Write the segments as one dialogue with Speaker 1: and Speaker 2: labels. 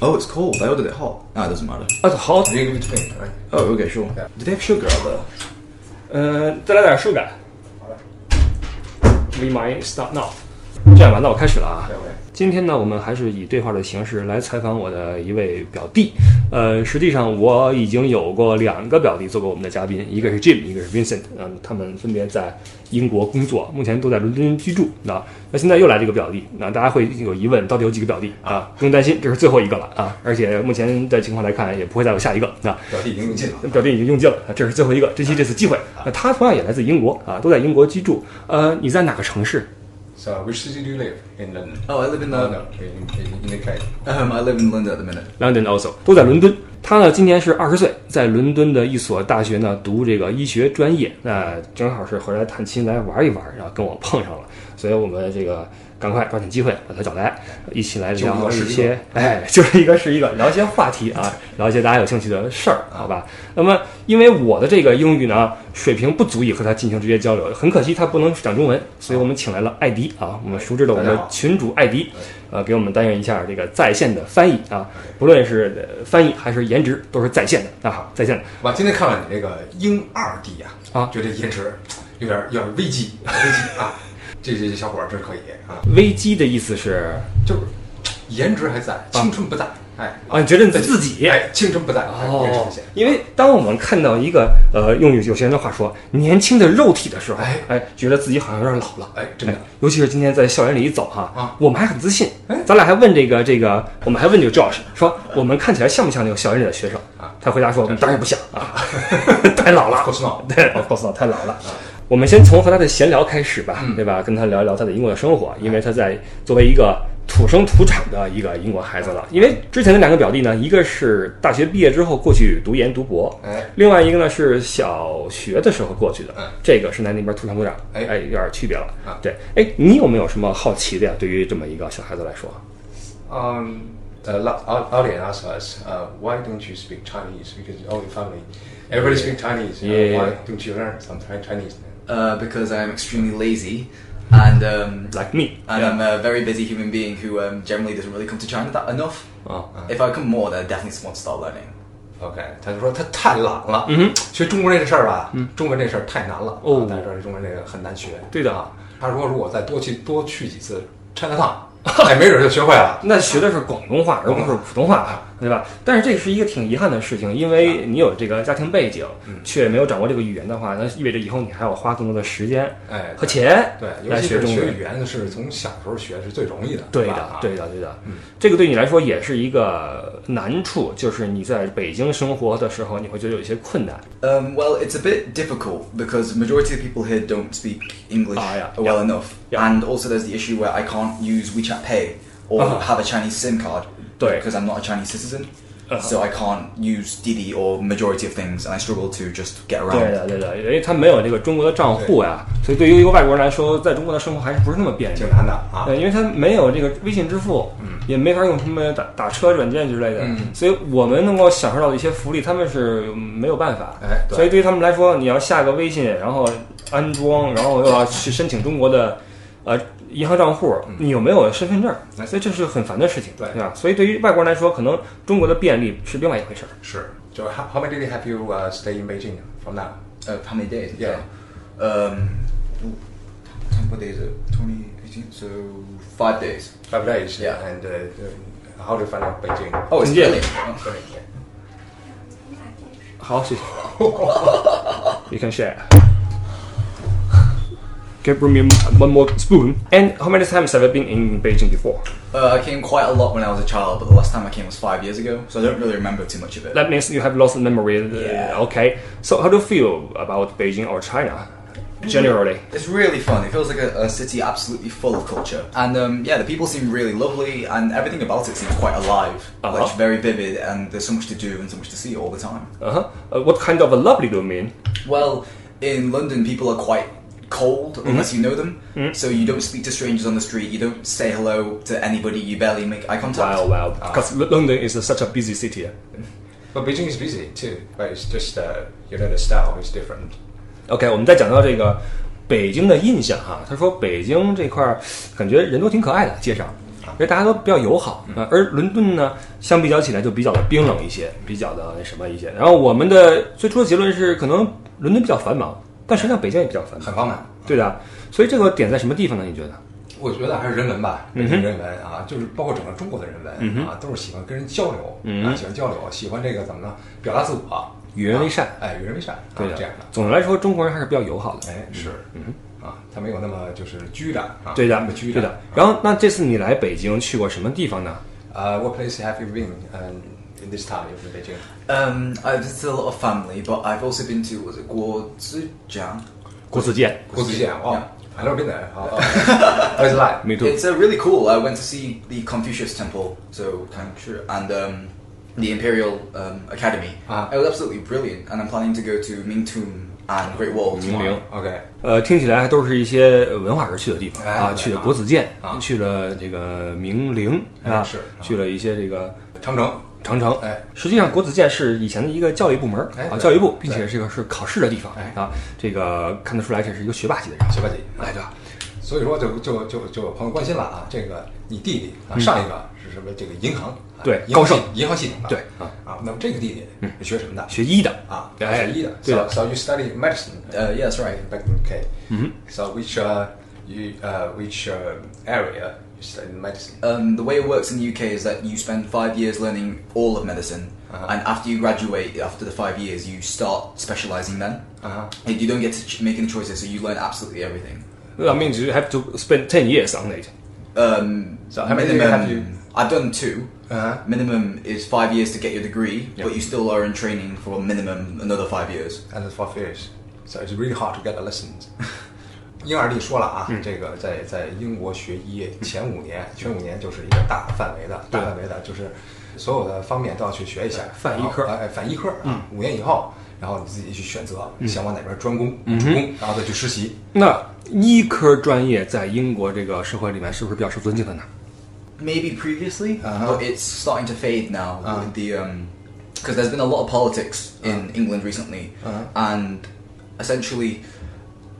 Speaker 1: Oh, it's cold. I ordered it hot. Ah, it doesn't matter.
Speaker 2: That's hot.
Speaker 3: Drink between, right?
Speaker 1: Oh, okay, sure. Did they have sugar out there?
Speaker 2: 呃，再来点数感。We might stop now。这样吧，那我开始了啊。今天呢，我们还是以对话的形式来采访我的一位表弟。呃，实际上我已经有过两个表弟做过我们的嘉宾，一个是 Jim，一个是 Vincent。嗯，他们分别在英国工作，目前都在伦敦居住。那那现在又来这个表弟，那大家会有疑问，到底有几个表弟啊？不用担心，这是最后一个了啊！而且目前的情况来看，也不会再有下一个啊。
Speaker 3: 表弟已经用尽了。
Speaker 2: 表弟已经用尽了，啊这是最后一个，珍惜这次机会。那他同样也来自英国啊，都在英国居住。呃，你在哪个城市？
Speaker 3: So, which city do you live in London?
Speaker 1: Oh, I live in
Speaker 3: No,
Speaker 1: uh,
Speaker 3: no, in, in, in the UK.
Speaker 1: um, I live in London at the minute.
Speaker 2: London also 都在伦敦。他呢，今年是二十岁，在伦敦的一所大学呢读这个医学专业。那正好是回来探亲来玩一玩，然后跟我碰上了，所以我们这个赶快抓紧机会把他找来，一起来聊
Speaker 3: 就一个是一
Speaker 2: 一
Speaker 3: 个
Speaker 2: 些，哎，就是一个是一个，聊一些话题啊，聊一些大家有兴趣的事儿，好吧？那么因为我的这个英语呢水平不足以和他进行直接交流，很可惜他不能讲中文，所以我们请来了艾迪啊，我们熟知的我们
Speaker 3: 大家
Speaker 2: 的
Speaker 3: 好
Speaker 2: 群主艾迪，呃，给我们担任一下这个在线的翻译啊，不论是呃翻译还是颜值，都是在线的啊，在线的。
Speaker 3: 哇，今天看了你这个英二弟呀、
Speaker 2: 啊
Speaker 3: 觉得颜值有点有点危机，危机啊！ 这这这小伙儿真可以啊，
Speaker 2: 危机的意思是
Speaker 3: 就是颜值还在，青春不在，哎
Speaker 2: 啊，你觉得你自己哦
Speaker 3: 哎，青春不在，哎颜值不现。
Speaker 2: 因为当我们看到一个呃，用有些人的话说，年轻的肉体的时候，
Speaker 3: 哎
Speaker 2: 哎，觉得自己好像有点老了，
Speaker 3: 哎真的
Speaker 2: 尤其是今天在校园里一走哈，
Speaker 3: 啊
Speaker 2: 我们还很自信，
Speaker 3: 哎
Speaker 2: 咱俩还问这个这个，我们还问这个 Josh 说，我们看起来像不像那个校园里的学生
Speaker 3: 啊？
Speaker 2: 他回答说，我们当然不像啊， 太 老了
Speaker 3: Of course not
Speaker 2: 对，of course not，太老了。
Speaker 3: 啊
Speaker 2: 我们先从和他的闲聊开始
Speaker 3: 嗯
Speaker 2: 吧，对吧？跟他聊一聊他的英国的生
Speaker 3: 啊
Speaker 2: 活，因为他在作为一个土生土长的一个英国孩子了。因为之前的两个表弟呢，一个是大学毕业之后过去读研读博，
Speaker 3: 哎，
Speaker 2: 另外一个呢是小学的时候过去的
Speaker 3: 嗯，
Speaker 2: 这个是在那边土生土长，
Speaker 3: 哎
Speaker 2: 哎，有点区别了
Speaker 3: 啊。
Speaker 2: 对，哎，你有没有什么好奇的呀？对于这么一个小孩子来说，
Speaker 3: Um, the la- au- audience asked us, uh, why don't you speak Chinese? Because all your family, everybody speak Chinese. uh,
Speaker 2: Yeah.
Speaker 3: why don't you learn some Chi- Chinese?
Speaker 1: Uh, because I'm extremely lazy and um,
Speaker 2: Like me.
Speaker 1: and
Speaker 2: Yeah.
Speaker 1: I'm a very busy human being who um, generally doesn't really come to China that enough.
Speaker 2: Oh.
Speaker 1: If I come more, then I definitely want to start learning.
Speaker 3: OK，他就说他太懒了，嗯，学中国这事儿吧，中文这事儿太难了，
Speaker 2: 嗯哦
Speaker 3: 啊大家知道中文这个很难学，
Speaker 2: 对的
Speaker 3: 啊。他说如果再多去多去几次 China Town，哎，没准就学会了。
Speaker 2: 那学的是广东话，而不是普通话，啊对吧？啊但是这是一个挺遗憾的事情，因为你有这个家庭背景，却没有掌握这个语言的话，那意味着以后你还要花更多的时间
Speaker 3: 哎，
Speaker 2: 和钱
Speaker 3: 对，尤
Speaker 2: 来
Speaker 3: 其
Speaker 2: 学
Speaker 3: 是
Speaker 2: 中
Speaker 3: 学
Speaker 2: 文
Speaker 3: 语。言是从小时候学是最容易的，
Speaker 2: 对
Speaker 3: 是吧
Speaker 2: 的，对，
Speaker 3: 啊
Speaker 2: 的，对的。这个对你来说也是一个难处，就是你在北京生活的时候，你会觉得有一些困难。
Speaker 1: Um, well, it's a bit difficult because majority of people here don't speak English
Speaker 2: Ah, yeah,
Speaker 1: well enough,
Speaker 2: Yeah.
Speaker 1: and also there's the issue where I can't use WeChat Pay or
Speaker 2: Uh-huh.
Speaker 1: have a Chinese SIM card
Speaker 2: Right.
Speaker 1: because I'm not a Chinese citizen,
Speaker 3: Uh-huh.
Speaker 1: so I can't use Didi or majority of things, and I struggle to just get
Speaker 2: 对
Speaker 1: around.
Speaker 2: 的，对的，因为他没有这个中国的账户呀，所以对于一个外国人来说，在中国的生活还是不是那么便利的
Speaker 3: 挺。难的啊。
Speaker 2: 对，因为他没有这个微信支付，
Speaker 3: 嗯
Speaker 2: 也没法用什么打打车软件之类的，所以我们能够享受到的一些福利，他们是没有办法。
Speaker 3: 哎对
Speaker 2: 所以对于他们来说，你要下个微信，然后安装，然后又要去申请中国的呃银行账户，你有没有身份证？
Speaker 3: 嗯哎
Speaker 2: 所以这是很烦的事情，
Speaker 3: 对
Speaker 2: 吧？所以对于外国人来说，可能中国的便利是另外一回事儿。
Speaker 3: 是，就 how how many days have you uh, stay in Beijing from now？
Speaker 1: Uh, how many days?
Speaker 3: Yeah.
Speaker 1: Um, ooh, what day is it? 2018, so five days.
Speaker 3: Five days.
Speaker 1: Yeah.
Speaker 3: And uh, how do you find out Beijing?
Speaker 1: Oh, it's
Speaker 2: Yeah.
Speaker 1: brilliant.
Speaker 3: sorry.
Speaker 2: 好，谢谢。you can share. Can you bring me one more spoon? And how many times have you been in Beijing before?
Speaker 1: Uh, I came quite a lot when I was a child, but the last time I came was five years ago, so I don't really remember too much of it.
Speaker 2: That means you have lost memory. uh,
Speaker 1: Yeah.
Speaker 2: Okay. So how do you feel about Beijing or China generally?
Speaker 1: It's really fun. It feels like a, a city absolutely full of culture. And um, yeah, the people seem really lovely, and everything about it seems quite alive.
Speaker 2: Uh-huh.
Speaker 1: Like, it's very vivid, and there's so much to do and so much to see all the time.
Speaker 2: Uh-huh. Uh, what kind of a lovely do you mean?
Speaker 1: Well, in London, people are quite cold unless you know them. So you don't speak to strangers on the street, you don't say hello to anybody, you barely make eye contact.
Speaker 2: Wow, wow. Because L- London is uh, such a busy city.
Speaker 3: But Beijing is busy too. But it's just uh, you know the style is different.
Speaker 2: OK，我们再讲到这个北京的印象哈、他说北京这块儿感觉人都挺可爱的，街上。因
Speaker 3: 啊
Speaker 2: 为大家都比较友好。
Speaker 3: 嗯
Speaker 2: 呃而伦敦呢，相比较起来就比较的冰冷一些，比较的那什么一些。然后我们的最初的结论是，可能伦敦比较繁忙，但实际上北京也比较繁忙，
Speaker 1: 很方便。
Speaker 2: 对的。所以这个点在什么地方呢？你觉得？
Speaker 3: 我觉得还是人文吧，
Speaker 2: 嗯
Speaker 3: 北京人文啊，就是包括整个中国的人文啊，都是喜欢跟人交流啊，喜欢交流，喜欢这个怎么呢？表达自我，
Speaker 2: 嗯与人为善
Speaker 3: 啊哎，与人为善，啊
Speaker 2: 对的。
Speaker 3: 这样的，
Speaker 2: 总的来说，中国人还是比较友好的。
Speaker 3: 哎，是，啊，他没有那么就是拘着啊，
Speaker 2: 对的
Speaker 3: 那么，拘
Speaker 2: 对
Speaker 3: 着
Speaker 2: 的。然后，那这次你来北京去过什么地方呢？
Speaker 3: Uh, what place have you been um, in this time of Beijing?
Speaker 1: Um, I visited a lot of family, but I've also been to was it Guozhang?
Speaker 2: 国子监，
Speaker 3: 国子监，
Speaker 1: Yeah.
Speaker 3: wow. 哦 I've never been there. Oh, oh. Where's it like?
Speaker 2: 没错。
Speaker 1: It's uh, really cool. I went to see the Confucius Temple, so Kanchu, and um, the Imperial um, Academy.
Speaker 3: Ah.
Speaker 1: It was absolutely brilliant, and I'm planning to go to Ming Tomb and Great Wall tomorrow.
Speaker 3: Okay.
Speaker 2: 呃，听起来都是一些文化人去的地方
Speaker 3: 哎
Speaker 2: 啊，
Speaker 3: 对
Speaker 2: 去了
Speaker 3: 啊
Speaker 2: 国子监，
Speaker 3: 啊
Speaker 2: 去了这个明陵啊，
Speaker 3: 哎是啊
Speaker 2: 去了一些这个
Speaker 3: 长城。
Speaker 2: 长城。
Speaker 3: 哎，
Speaker 2: 实际上国子监是以前的一个教育部门儿
Speaker 3: 哎
Speaker 2: 啊，
Speaker 3: 对
Speaker 2: 教育部，并
Speaker 3: 对
Speaker 2: 且这个是考试的地方
Speaker 3: 哎
Speaker 2: 啊，这个看得出来这是一个学霸级的人。
Speaker 3: 学霸级
Speaker 2: 哎，对吧？
Speaker 3: 所以说就就就就有朋友关心了啊，这个你弟弟啊，上一个是什么？这个银行啊
Speaker 2: 嗯对
Speaker 3: 银行
Speaker 2: 高盛
Speaker 3: 系银行系统的
Speaker 2: 对啊嗯
Speaker 3: 啊啊，那么这个弟弟是学什么的
Speaker 2: 学医的
Speaker 3: 啊？
Speaker 2: 哎
Speaker 3: 学医的，
Speaker 2: 对的嗯
Speaker 3: So so you study medicine? 呃
Speaker 1: Uh, yeah, that's right.
Speaker 3: Back in K. So which uh you uh which uh, area you study medicine?
Speaker 2: 呃
Speaker 1: Um, the way it works in the UK is that you spend five years learning all of medicine,
Speaker 3: Uh-huh.
Speaker 1: and after you graduate, after the five years, you start specialising then.
Speaker 3: Uh-huh.
Speaker 1: And you don't get to ch- make any choices, so you learn absolutely everything.
Speaker 2: I mean, you have to spend ten years on it.
Speaker 1: Um,
Speaker 3: So how many do you have you-
Speaker 1: I've done 2
Speaker 3: Uh-huh.
Speaker 1: Minimum is five years to get your degree, but you still are in training for a minimum another five years.
Speaker 3: and it's for fish. So it's really hard to get the lessons. 英二弟说了啊，
Speaker 2: 嗯
Speaker 3: 这个在在英国学医前五年，前五年就是一个大范围的、大范围的，就是所有的方面都要去学一下。
Speaker 2: 反医科嗯
Speaker 3: 然后哎，反医科啊，五年以后，然后你自己去选择想往哪边专攻、主
Speaker 2: 嗯
Speaker 3: 攻，然后再去实习。
Speaker 2: 那医科专业在英国这个社会里面是不是比较受尊敬的呢？
Speaker 1: Maybe previously,
Speaker 3: Uh-huh.
Speaker 1: but it's starting to fade now with the because there's been a lot of politics in England recently,
Speaker 3: Uh-huh.
Speaker 1: and essentially,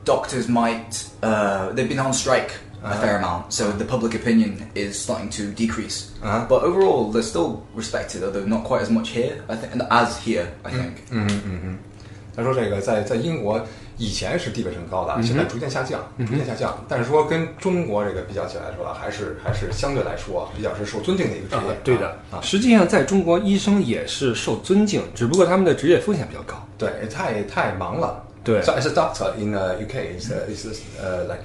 Speaker 1: doctors might uh, they've been on strike a fair amount, so the public opinion is starting to decrease.
Speaker 3: Uh-huh.
Speaker 1: But overall, they're still respected, although not quite as much here. I think as here, I think.
Speaker 2: 嗯
Speaker 3: 他说这个在在英国以前是地位是很高的，啊
Speaker 2: 嗯
Speaker 3: 现在逐渐下降，逐渐下降。但是说跟中国这个比较起来说啊，还是还是相对来说比较是受尊敬的一个职业。
Speaker 2: 对的
Speaker 3: 啊，啊
Speaker 2: 实际上在中国，医生也是受尊敬，只不过他们的职业风险比较高。
Speaker 3: 对，太太忙了。
Speaker 2: 对
Speaker 3: So as a doctor in uh, UK, is uh, is this, uh, like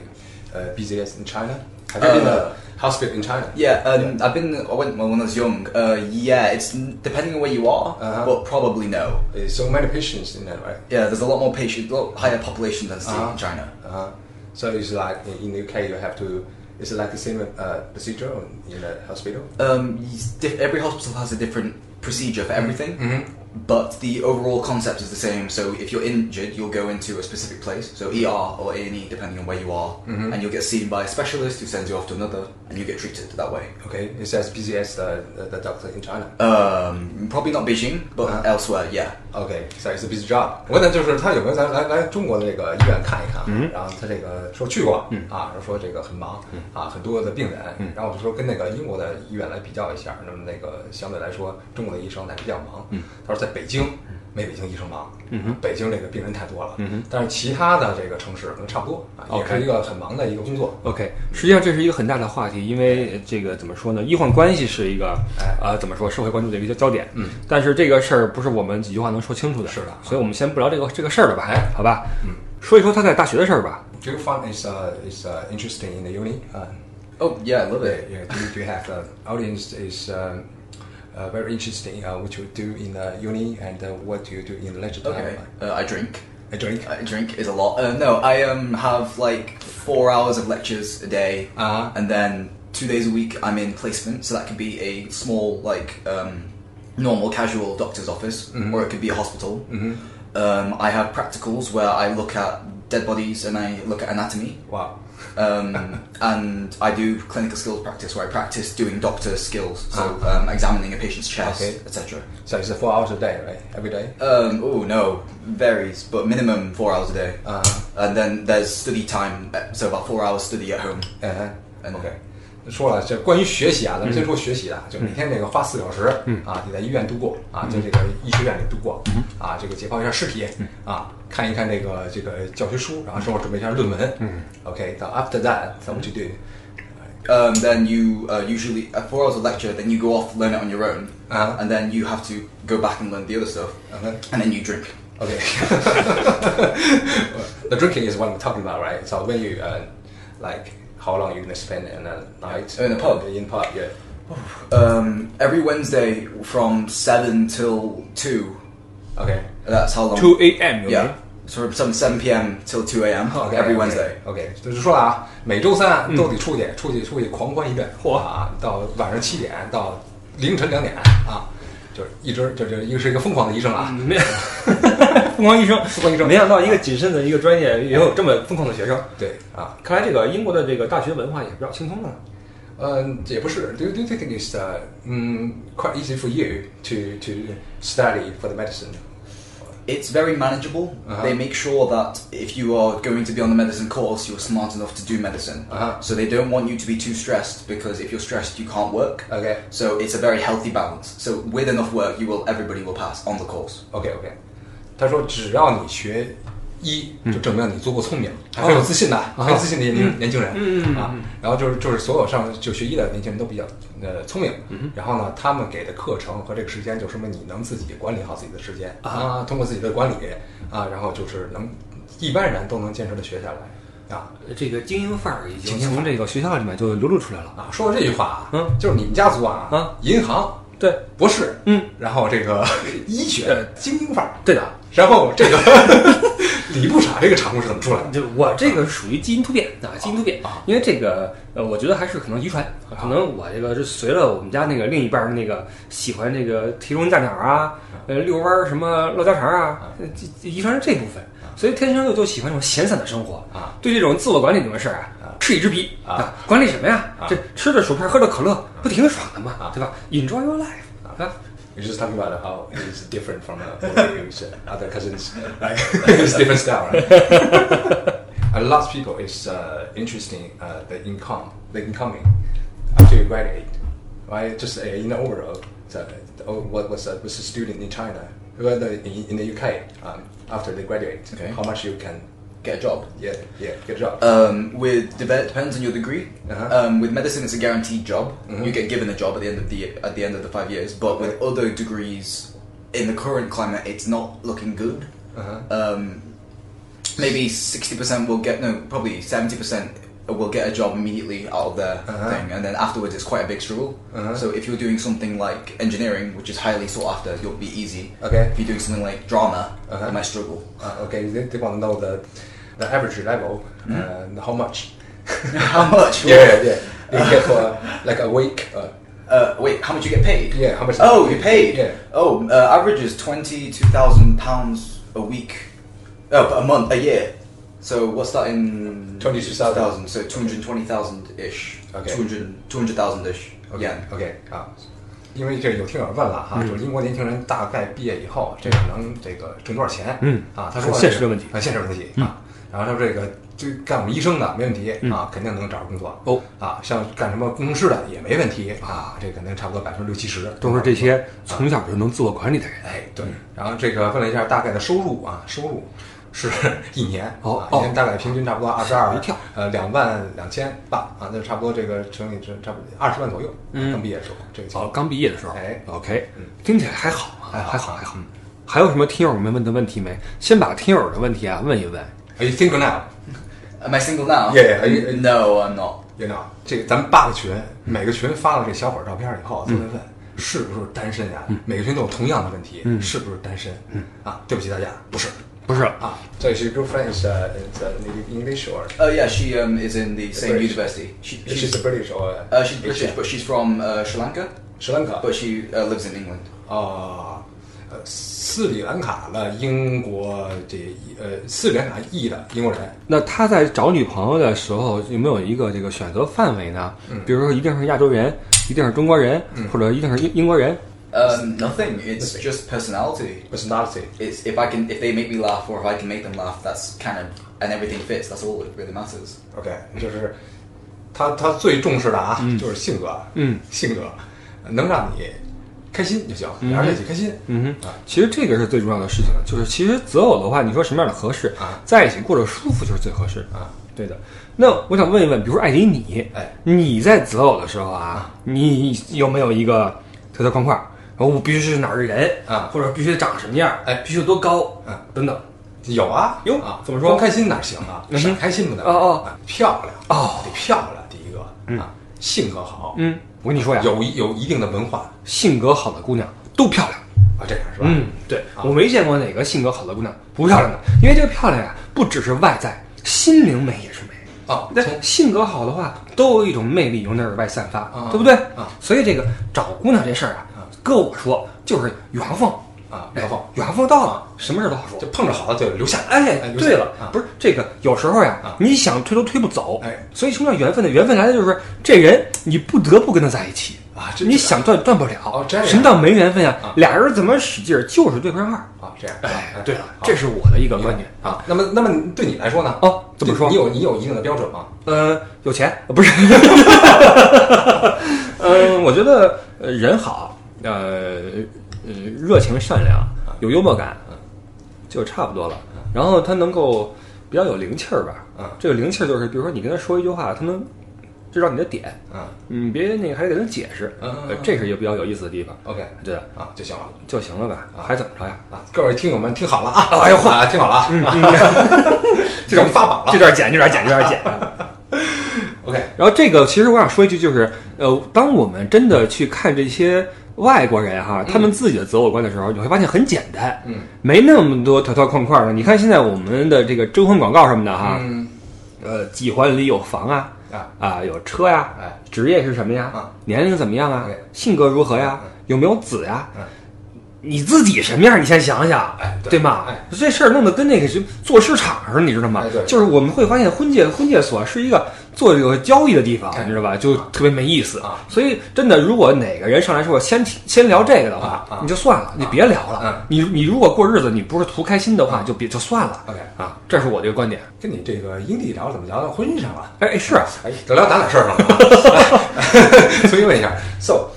Speaker 3: uh, busy as in China? Have you
Speaker 1: Uh,
Speaker 3: been to hospital in China?
Speaker 1: Yeah, um, I've been. I went when I was young. Uh, yeah, it's n- depending on where you are,
Speaker 3: Uh-huh.
Speaker 1: but probably no.
Speaker 3: Uh, So many patients in there, right?
Speaker 1: Yeah, there's a lot more patient, lot higher population density in China.
Speaker 3: Uh, so it's like in in UK, you have to. Is it like the same uh, procedure on- in a hospital?
Speaker 1: Um, y- di- every hospital has a different procedure for everything,
Speaker 3: Mm-hmm.
Speaker 1: but the overall concept is the same. So if you're injured, you'll go into a specific place, so ER or A and E, depending on where you are,
Speaker 3: Mm-hmm.
Speaker 1: and you'll get seen by a specialist who sends you off to another, and you get treated that way.
Speaker 3: Okay, it's as busy as the, uh, the, the doctor in China.
Speaker 1: Um, probably not Beijing, but
Speaker 3: Uh-huh.
Speaker 1: elsewhere, yeah.
Speaker 3: OK，so it's a busy job。我呢就是他有没有咱来来中国的这个医院看一看啊？然后他这个说去过，啊，然后说这个很忙，啊，很多的病人。然后我就说跟那个英国的医院来比较一下，那么那个相对来说中国的医生哪个比较忙？他说在北京没北京医生忙，北京这个病人太多了。但是其他的这个城市可能差不多啊，也
Speaker 2: OK
Speaker 3: 是一个很忙的一个工作。
Speaker 2: OK，实际上这是一个很大的话题，因为呃这个怎么说呢？医患关系是一个
Speaker 3: 哎
Speaker 2: 呃怎么说社会关注的一个焦点。嗯，但是这个事儿不是我们几句话能说清楚的。啊
Speaker 3: 是的
Speaker 2: 所以我们先不聊这个这个事儿了吧？
Speaker 3: 哎
Speaker 2: 好吧。嗯，说一说他在大学的事儿吧。
Speaker 3: Do you find is uh, is uh, interesting in the uni? 啊
Speaker 1: Oh yeah, I love
Speaker 3: Yeah,
Speaker 1: it.
Speaker 3: yeah. Do you, do you have uh, audience is um, uh, very interesting uh, what you do in uh, uni and uh, what you do in leisure time?
Speaker 1: Okay, uh, I drink.
Speaker 3: I drink.
Speaker 1: I drink is a lot. Uh, no, I um have like four hours of lectures a day,
Speaker 3: Uh-huh.
Speaker 1: and then two days a week I'm in placement. So that could be a small like um, normal casual doctor's office,
Speaker 3: Mm-hmm.
Speaker 1: or it could be a hospital. Um, I have practicals where I look at dead bodies and I look at anatomy.
Speaker 3: Wow.
Speaker 1: Um, and I do clinical skills practice where I practice doing doctor skills, so um, examining a patient's chest,
Speaker 3: Uh-huh. Okay.
Speaker 1: etc.
Speaker 3: So it's uh, four hours a day, right? Every day.
Speaker 1: Um, oh no, varies, but minimum four hours a day.
Speaker 3: Uh-huh.
Speaker 1: And then there's study time, uh, so about four hours study at home.
Speaker 3: Uh-huh.
Speaker 1: And- 嗯
Speaker 3: okay. 说了，这关于学习啊，咱们先说学习的，就每天这个花四小时啊，你在医院度过
Speaker 1: 嗯
Speaker 3: 啊，在这个医学院里度过啊，这个解放一下尸体啊，看一看这个这个教学书，然后之后准备一下论文。OK，到
Speaker 1: 嗯
Speaker 3: after that，咱们就对
Speaker 1: um, then you uh, usually uh, four hours of lecture. Then you go off, learn it on your own,
Speaker 3: Uh-huh.
Speaker 1: and then you have to go back and learn the other stuff, and then you drink.
Speaker 3: Okay. the drinking is what I'm talking about, right? So when you uh, like how long you gonna spend in a night
Speaker 1: In a pub?
Speaker 3: In pub, yeah.
Speaker 1: Um, every Wednesday from seven till two.
Speaker 3: Okay.
Speaker 1: That's how long.
Speaker 2: 2 a.m.
Speaker 1: Yeah. So from seven seven p.m. till two a.m.
Speaker 3: OK，
Speaker 1: Oh, every Wednesday. 嗯
Speaker 3: OK，就是说了啊，每周三都得出去，出去出去狂欢一遍，
Speaker 2: 嚯
Speaker 3: 啊，到晚上七点到凌晨两点啊，就是一直就就一个是一个疯狂的医生啊，
Speaker 1: 嗯
Speaker 2: 没有， 疯狂医生，
Speaker 3: 疯狂医生
Speaker 2: 没想到一个谨慎的一个专业也有这么疯狂的学生。
Speaker 3: 对啊，
Speaker 2: 看来这个英国的这个大学文化也比较轻松啊的。
Speaker 3: 嗯，也不是，do you do you think it's uh, 嗯 quite easy for you to to study for the medicine？
Speaker 1: It's very manageable.
Speaker 3: Uh-huh.
Speaker 1: They make sure that if you are going to be on the medicine course, you're smart enough to do medicine.
Speaker 3: Uh-huh.
Speaker 1: So they don't want you to be too stressed because if you're stressed, you can't work.
Speaker 3: Okay.
Speaker 1: So it's a very healthy balance. So with enough work, you will everybody will pass on the course.
Speaker 3: OK OK，他说只要你学医，
Speaker 2: 嗯
Speaker 3: 就证明你足够聪明，
Speaker 2: 哦
Speaker 3: 还很有自信的，很有自信的年年轻人
Speaker 2: 嗯
Speaker 3: 啊。然后就是就是所有上就学医的年轻人都比较呃聪明，
Speaker 2: 嗯
Speaker 3: 然后呢，他们给的课程和这个时间就说明你能自己管理好自己的时间啊，通过自己的管理啊，然后就是能一般人都能坚持的学下来啊。
Speaker 2: 这个精英范儿已经从这个学校里面就流露出来了。
Speaker 3: 啊，说到这句话啊，
Speaker 2: 嗯
Speaker 3: 就是你们家族啊，
Speaker 2: 啊
Speaker 3: 银行
Speaker 2: 对，
Speaker 3: 博士，
Speaker 2: 嗯，
Speaker 3: 然后这个 医学精英范儿，
Speaker 2: 对的
Speaker 3: 然后这个 李不傻这个产物是怎么出来的？
Speaker 2: 就我这个属于基因突变啊，基因突变
Speaker 3: 啊，
Speaker 2: 因为这个呃，我觉得还是可能遗传，可能我这个是随了我们家那个另一半儿那个喜欢这个提笼架鸟啊，呃，遛弯儿什么唠家常啊，呃这这遗传是这部分，所以天生就就喜欢这种闲散的生活
Speaker 3: 啊，
Speaker 2: 对这种自我管理这种事儿
Speaker 3: 啊
Speaker 2: 啊，嗤以之鼻
Speaker 3: 啊，
Speaker 2: 管理什么呀
Speaker 3: 啊？
Speaker 2: 这吃着薯片，喝着可乐，不挺爽的
Speaker 3: 啊
Speaker 2: 嘛，对吧？Enjoy your life 啊。
Speaker 3: You're just talking about how it's different from uh, what you use, uh, other cousins. Like, it's different style, right? A lot of people is uh, interesting uh, the income, the incoming after you graduate, right? Just uh, in the overall, the, the, oh, what was a, was a student in China, whether in, in the UK um, after they graduate,
Speaker 1: Okay.
Speaker 3: how much you can
Speaker 1: Get a job.
Speaker 3: yeah yeah get a job.
Speaker 1: Um, with deve- depends on your degree.
Speaker 3: Uh-huh. Mm-hmm.
Speaker 1: Um, with medicine, it's a guaranteed job. You get given a job at the end of the at the end of the five years. But with other degrees, in the current climate, it's not looking good.
Speaker 3: Uh-huh.
Speaker 1: Um, maybe sixty percent will get no, probably seventy percent will get a job immediately out of their
Speaker 3: Uh-huh.
Speaker 1: thing, and then afterwards it's quite a big struggle.
Speaker 3: Uh-huh.
Speaker 1: So if you're doing something like engineering, which is highly sought after, you'll be easy.
Speaker 3: Okay.
Speaker 1: If you're doing something like drama,
Speaker 3: Uh-huh.
Speaker 1: you might struggle.
Speaker 3: Uh, okay, they, they want to know the the average level
Speaker 2: 嗯
Speaker 3: and how much.
Speaker 1: how much?
Speaker 3: Yeah, yeah. You get for like a week. Uh,
Speaker 1: Uh, wait, how much you get paid?
Speaker 3: Yeah, how much-
Speaker 1: Oh, you paid.
Speaker 3: Yeah.
Speaker 1: Oh, uh, average is twenty two thousand pounds a week. Oh, but a month, a year. So what's that in
Speaker 3: 22,000.
Speaker 1: So two hundred twenty thousand ish.
Speaker 3: Okay.
Speaker 1: 200 200,000 ish.
Speaker 3: OK
Speaker 1: Yeah.
Speaker 3: OK 啊，因为这有听友问了
Speaker 2: 嗯
Speaker 3: 哈，就是英国年轻人大概毕业以后，这个能这个挣多少钱？
Speaker 2: 嗯
Speaker 3: 啊，他说
Speaker 2: 很现实的问题嗯
Speaker 3: 很现实的问题啊。然后他说这个就干我们医生的没问题啊，肯定能找着工作
Speaker 2: 哦
Speaker 3: 啊，像干什么工程师的也没问题啊，这可能差不多百分之六七十
Speaker 2: 都是这些从小就能自我管理的人。
Speaker 3: 哎，对，然后这个问了一下大概的收入啊，收入是 一年，
Speaker 2: 哦
Speaker 3: 啊
Speaker 2: 哦
Speaker 3: 一年大概平均差不多二十二
Speaker 2: 一跳，
Speaker 3: 呃，两万两千八啊，那差不多这个乘以这差不多二十万左右，
Speaker 2: 嗯
Speaker 3: 刚毕业的时候这个情
Speaker 2: 哦
Speaker 3: 况，。
Speaker 2: 刚毕业的时候，
Speaker 3: 哎
Speaker 2: ，OK，
Speaker 3: 嗯
Speaker 2: 听起来还好啊，还
Speaker 3: 还好
Speaker 2: 好，还好。还有什么听友们问的问题没？先把听友的问题啊问一问。
Speaker 3: Are you single now?
Speaker 1: Am I single now?
Speaker 3: Yeah, yeah, are you-
Speaker 1: N- no, I'm not.
Speaker 3: You know，这个咱们八个群，每个群发了这小伙儿照片以后，
Speaker 2: 嗯
Speaker 3: 都会问是不是单身呀？每个群都有同样的问题，
Speaker 2: 嗯
Speaker 3: 是不是单身？啊，对不起大家，不是
Speaker 2: 不是，
Speaker 3: 啊。这是 girlfriend is uh, is uh, native English or
Speaker 1: Oh yeah, she um is in the same
Speaker 3: British.
Speaker 1: university. She,
Speaker 3: she's
Speaker 1: she's
Speaker 3: British or
Speaker 1: uh, she's British, but she's from uh, Sri Lanka,
Speaker 3: Sri Lanka.
Speaker 1: but she uh, lives in England.
Speaker 3: 啊，呃，斯里兰卡的英国这呃斯里兰卡裔的英国人，
Speaker 2: 那他在找女朋友的时候有没有一个这个选择范围呢？比如说一定是亚洲人，一定是中国人，或者一定是英英国人。
Speaker 1: Um, nothing. It's just personality.
Speaker 3: 不是 Nazi。
Speaker 1: it's if I can if they make me laugh or if I can make them laugh, that's kind of and everything fits. That's all that really matters.
Speaker 3: OK，就是他他最重视的啊，就是性格，
Speaker 2: 嗯，
Speaker 3: 性格能让你开心就行，俩人在一起开心，
Speaker 2: 嗯哼，其实这个是最重要的事情，就是其实择偶的话，你说什么样的合适，
Speaker 3: 啊
Speaker 2: 在一起过着舒服就是最合适的
Speaker 3: 啊。
Speaker 2: 对的，那我想问一问，比如说艾迪你，
Speaker 3: 哎，
Speaker 2: 你在择偶的时候啊，你有没有一个条条框框？然后我必须是哪儿的人
Speaker 3: 啊
Speaker 2: 或者必须长什么样？
Speaker 3: 哎
Speaker 2: 必须有多高？
Speaker 3: 嗯，
Speaker 2: 等等。
Speaker 3: 有啊，
Speaker 2: 哟
Speaker 3: 啊，
Speaker 2: 怎么说
Speaker 3: 光开心哪行啊？
Speaker 2: 嗯哼
Speaker 3: 啥开心不能？
Speaker 2: 哦哦
Speaker 3: 啊，漂亮
Speaker 2: 哦
Speaker 3: 得漂亮，第一个啊，性格好，
Speaker 2: 嗯，我跟你说呀，
Speaker 3: 有一有一定的文化
Speaker 2: 性格好的姑娘都漂亮。
Speaker 3: 啊，这样是吧？啊
Speaker 2: 嗯，对，我没见过哪个性格好的姑娘不漂亮的，因为这个漂亮呀、不只是外在，心灵美也是美。
Speaker 3: 啊，
Speaker 2: 那
Speaker 3: 从
Speaker 2: 性格好的话，都有一种魅力由内而外散发，
Speaker 3: 啊
Speaker 2: 对不对？
Speaker 3: 啊
Speaker 2: 所以这个找姑娘这事儿啊，搁我说就是缘分
Speaker 3: 啊
Speaker 2: 哎
Speaker 3: 缘分
Speaker 2: 缘分到了，什么事儿都好说
Speaker 3: 就。碰着好的就留下来。
Speaker 2: 哎
Speaker 3: 哎，留下
Speaker 2: 对了，
Speaker 3: 啊
Speaker 2: 不是这个，有时候呀，
Speaker 3: 啊
Speaker 2: 你想推都推不走。
Speaker 3: 哎
Speaker 2: 所以什么叫缘分呢？缘分来的就是这人，你不得不跟他在一起
Speaker 3: 啊这
Speaker 2: 你想断断不了。
Speaker 3: 哦这样
Speaker 2: 什么叫没缘分呀
Speaker 3: 啊？
Speaker 2: 俩人怎么使劲儿就是对不上号。
Speaker 3: 啊，这样，
Speaker 2: 哎
Speaker 3: 啊，
Speaker 2: 对了，
Speaker 3: 好
Speaker 2: 这是我的一个观点啊。
Speaker 3: 啊。那么，那么对你来说呢？
Speaker 2: 哦怎么说
Speaker 3: 你有你有一定的标准吗？
Speaker 2: 呃，有钱呃不是？ 嗯，我觉得呃人好，呃呃，热情善良，有幽默感，就差不多了。然后他能够比较有灵气儿吧？
Speaker 3: 嗯
Speaker 2: 这个灵气儿就是，比如说你跟他说一句话，他能知道你的点，
Speaker 3: 嗯
Speaker 2: 你别那个还得给他解释，
Speaker 3: 嗯嗯嗯
Speaker 2: 呃这是一个比较有意思的地方。
Speaker 3: ，OK，
Speaker 2: 对，
Speaker 3: 啊就行了
Speaker 2: 就行了呗，还怎么着呀？
Speaker 3: 啊。各位听友们，听好了啊！哎呦，啊，听好了啊！这种发榜
Speaker 2: 这
Speaker 3: 了
Speaker 2: 段剪，这段剪，这段剪。
Speaker 3: ，OK，
Speaker 2: 然后这个其实我想说一句，就是呃，当我们真的去看这些外国人哈，他们自己的择偶观的时候，你会发现很简单，
Speaker 3: 嗯，
Speaker 2: 没那么多条条框框的。你看现在我们的这个征婚广告什么的哈，
Speaker 3: 嗯
Speaker 2: 呃，几环里有房啊，
Speaker 3: 啊，
Speaker 2: 啊有车呀，
Speaker 3: 哎，
Speaker 2: 职业是什么呀，
Speaker 3: 啊
Speaker 2: 年龄怎么样啊
Speaker 3: 对，
Speaker 2: 性格如何呀，有没有子呀？
Speaker 3: 嗯
Speaker 2: 你自己什么样？你先想想，
Speaker 3: 哎对
Speaker 2: 对吗？
Speaker 3: 哎
Speaker 2: 这事儿弄得跟那个什么做市场似的，你知道吗？
Speaker 3: 哎对
Speaker 2: 就是我们会发现婚介婚介所是一个做这个交易的地方，
Speaker 3: 哎
Speaker 2: 你知道吧？就特别没意思
Speaker 3: 啊。
Speaker 2: 所以真的，如果哪个人上来说先先聊这个的话
Speaker 3: 啊啊，
Speaker 2: 你就算了，你别聊
Speaker 3: 嗯啊
Speaker 2: 了。你你如果过日子你不是图开心的话，就别就算了。
Speaker 3: OK
Speaker 2: 啊，这是我这个观点。
Speaker 3: 跟你这个英弟聊怎么聊到婚姻上了？
Speaker 2: 哎哎，是啊
Speaker 3: 哎，都聊咱俩事儿上了啊。 重新问一下，So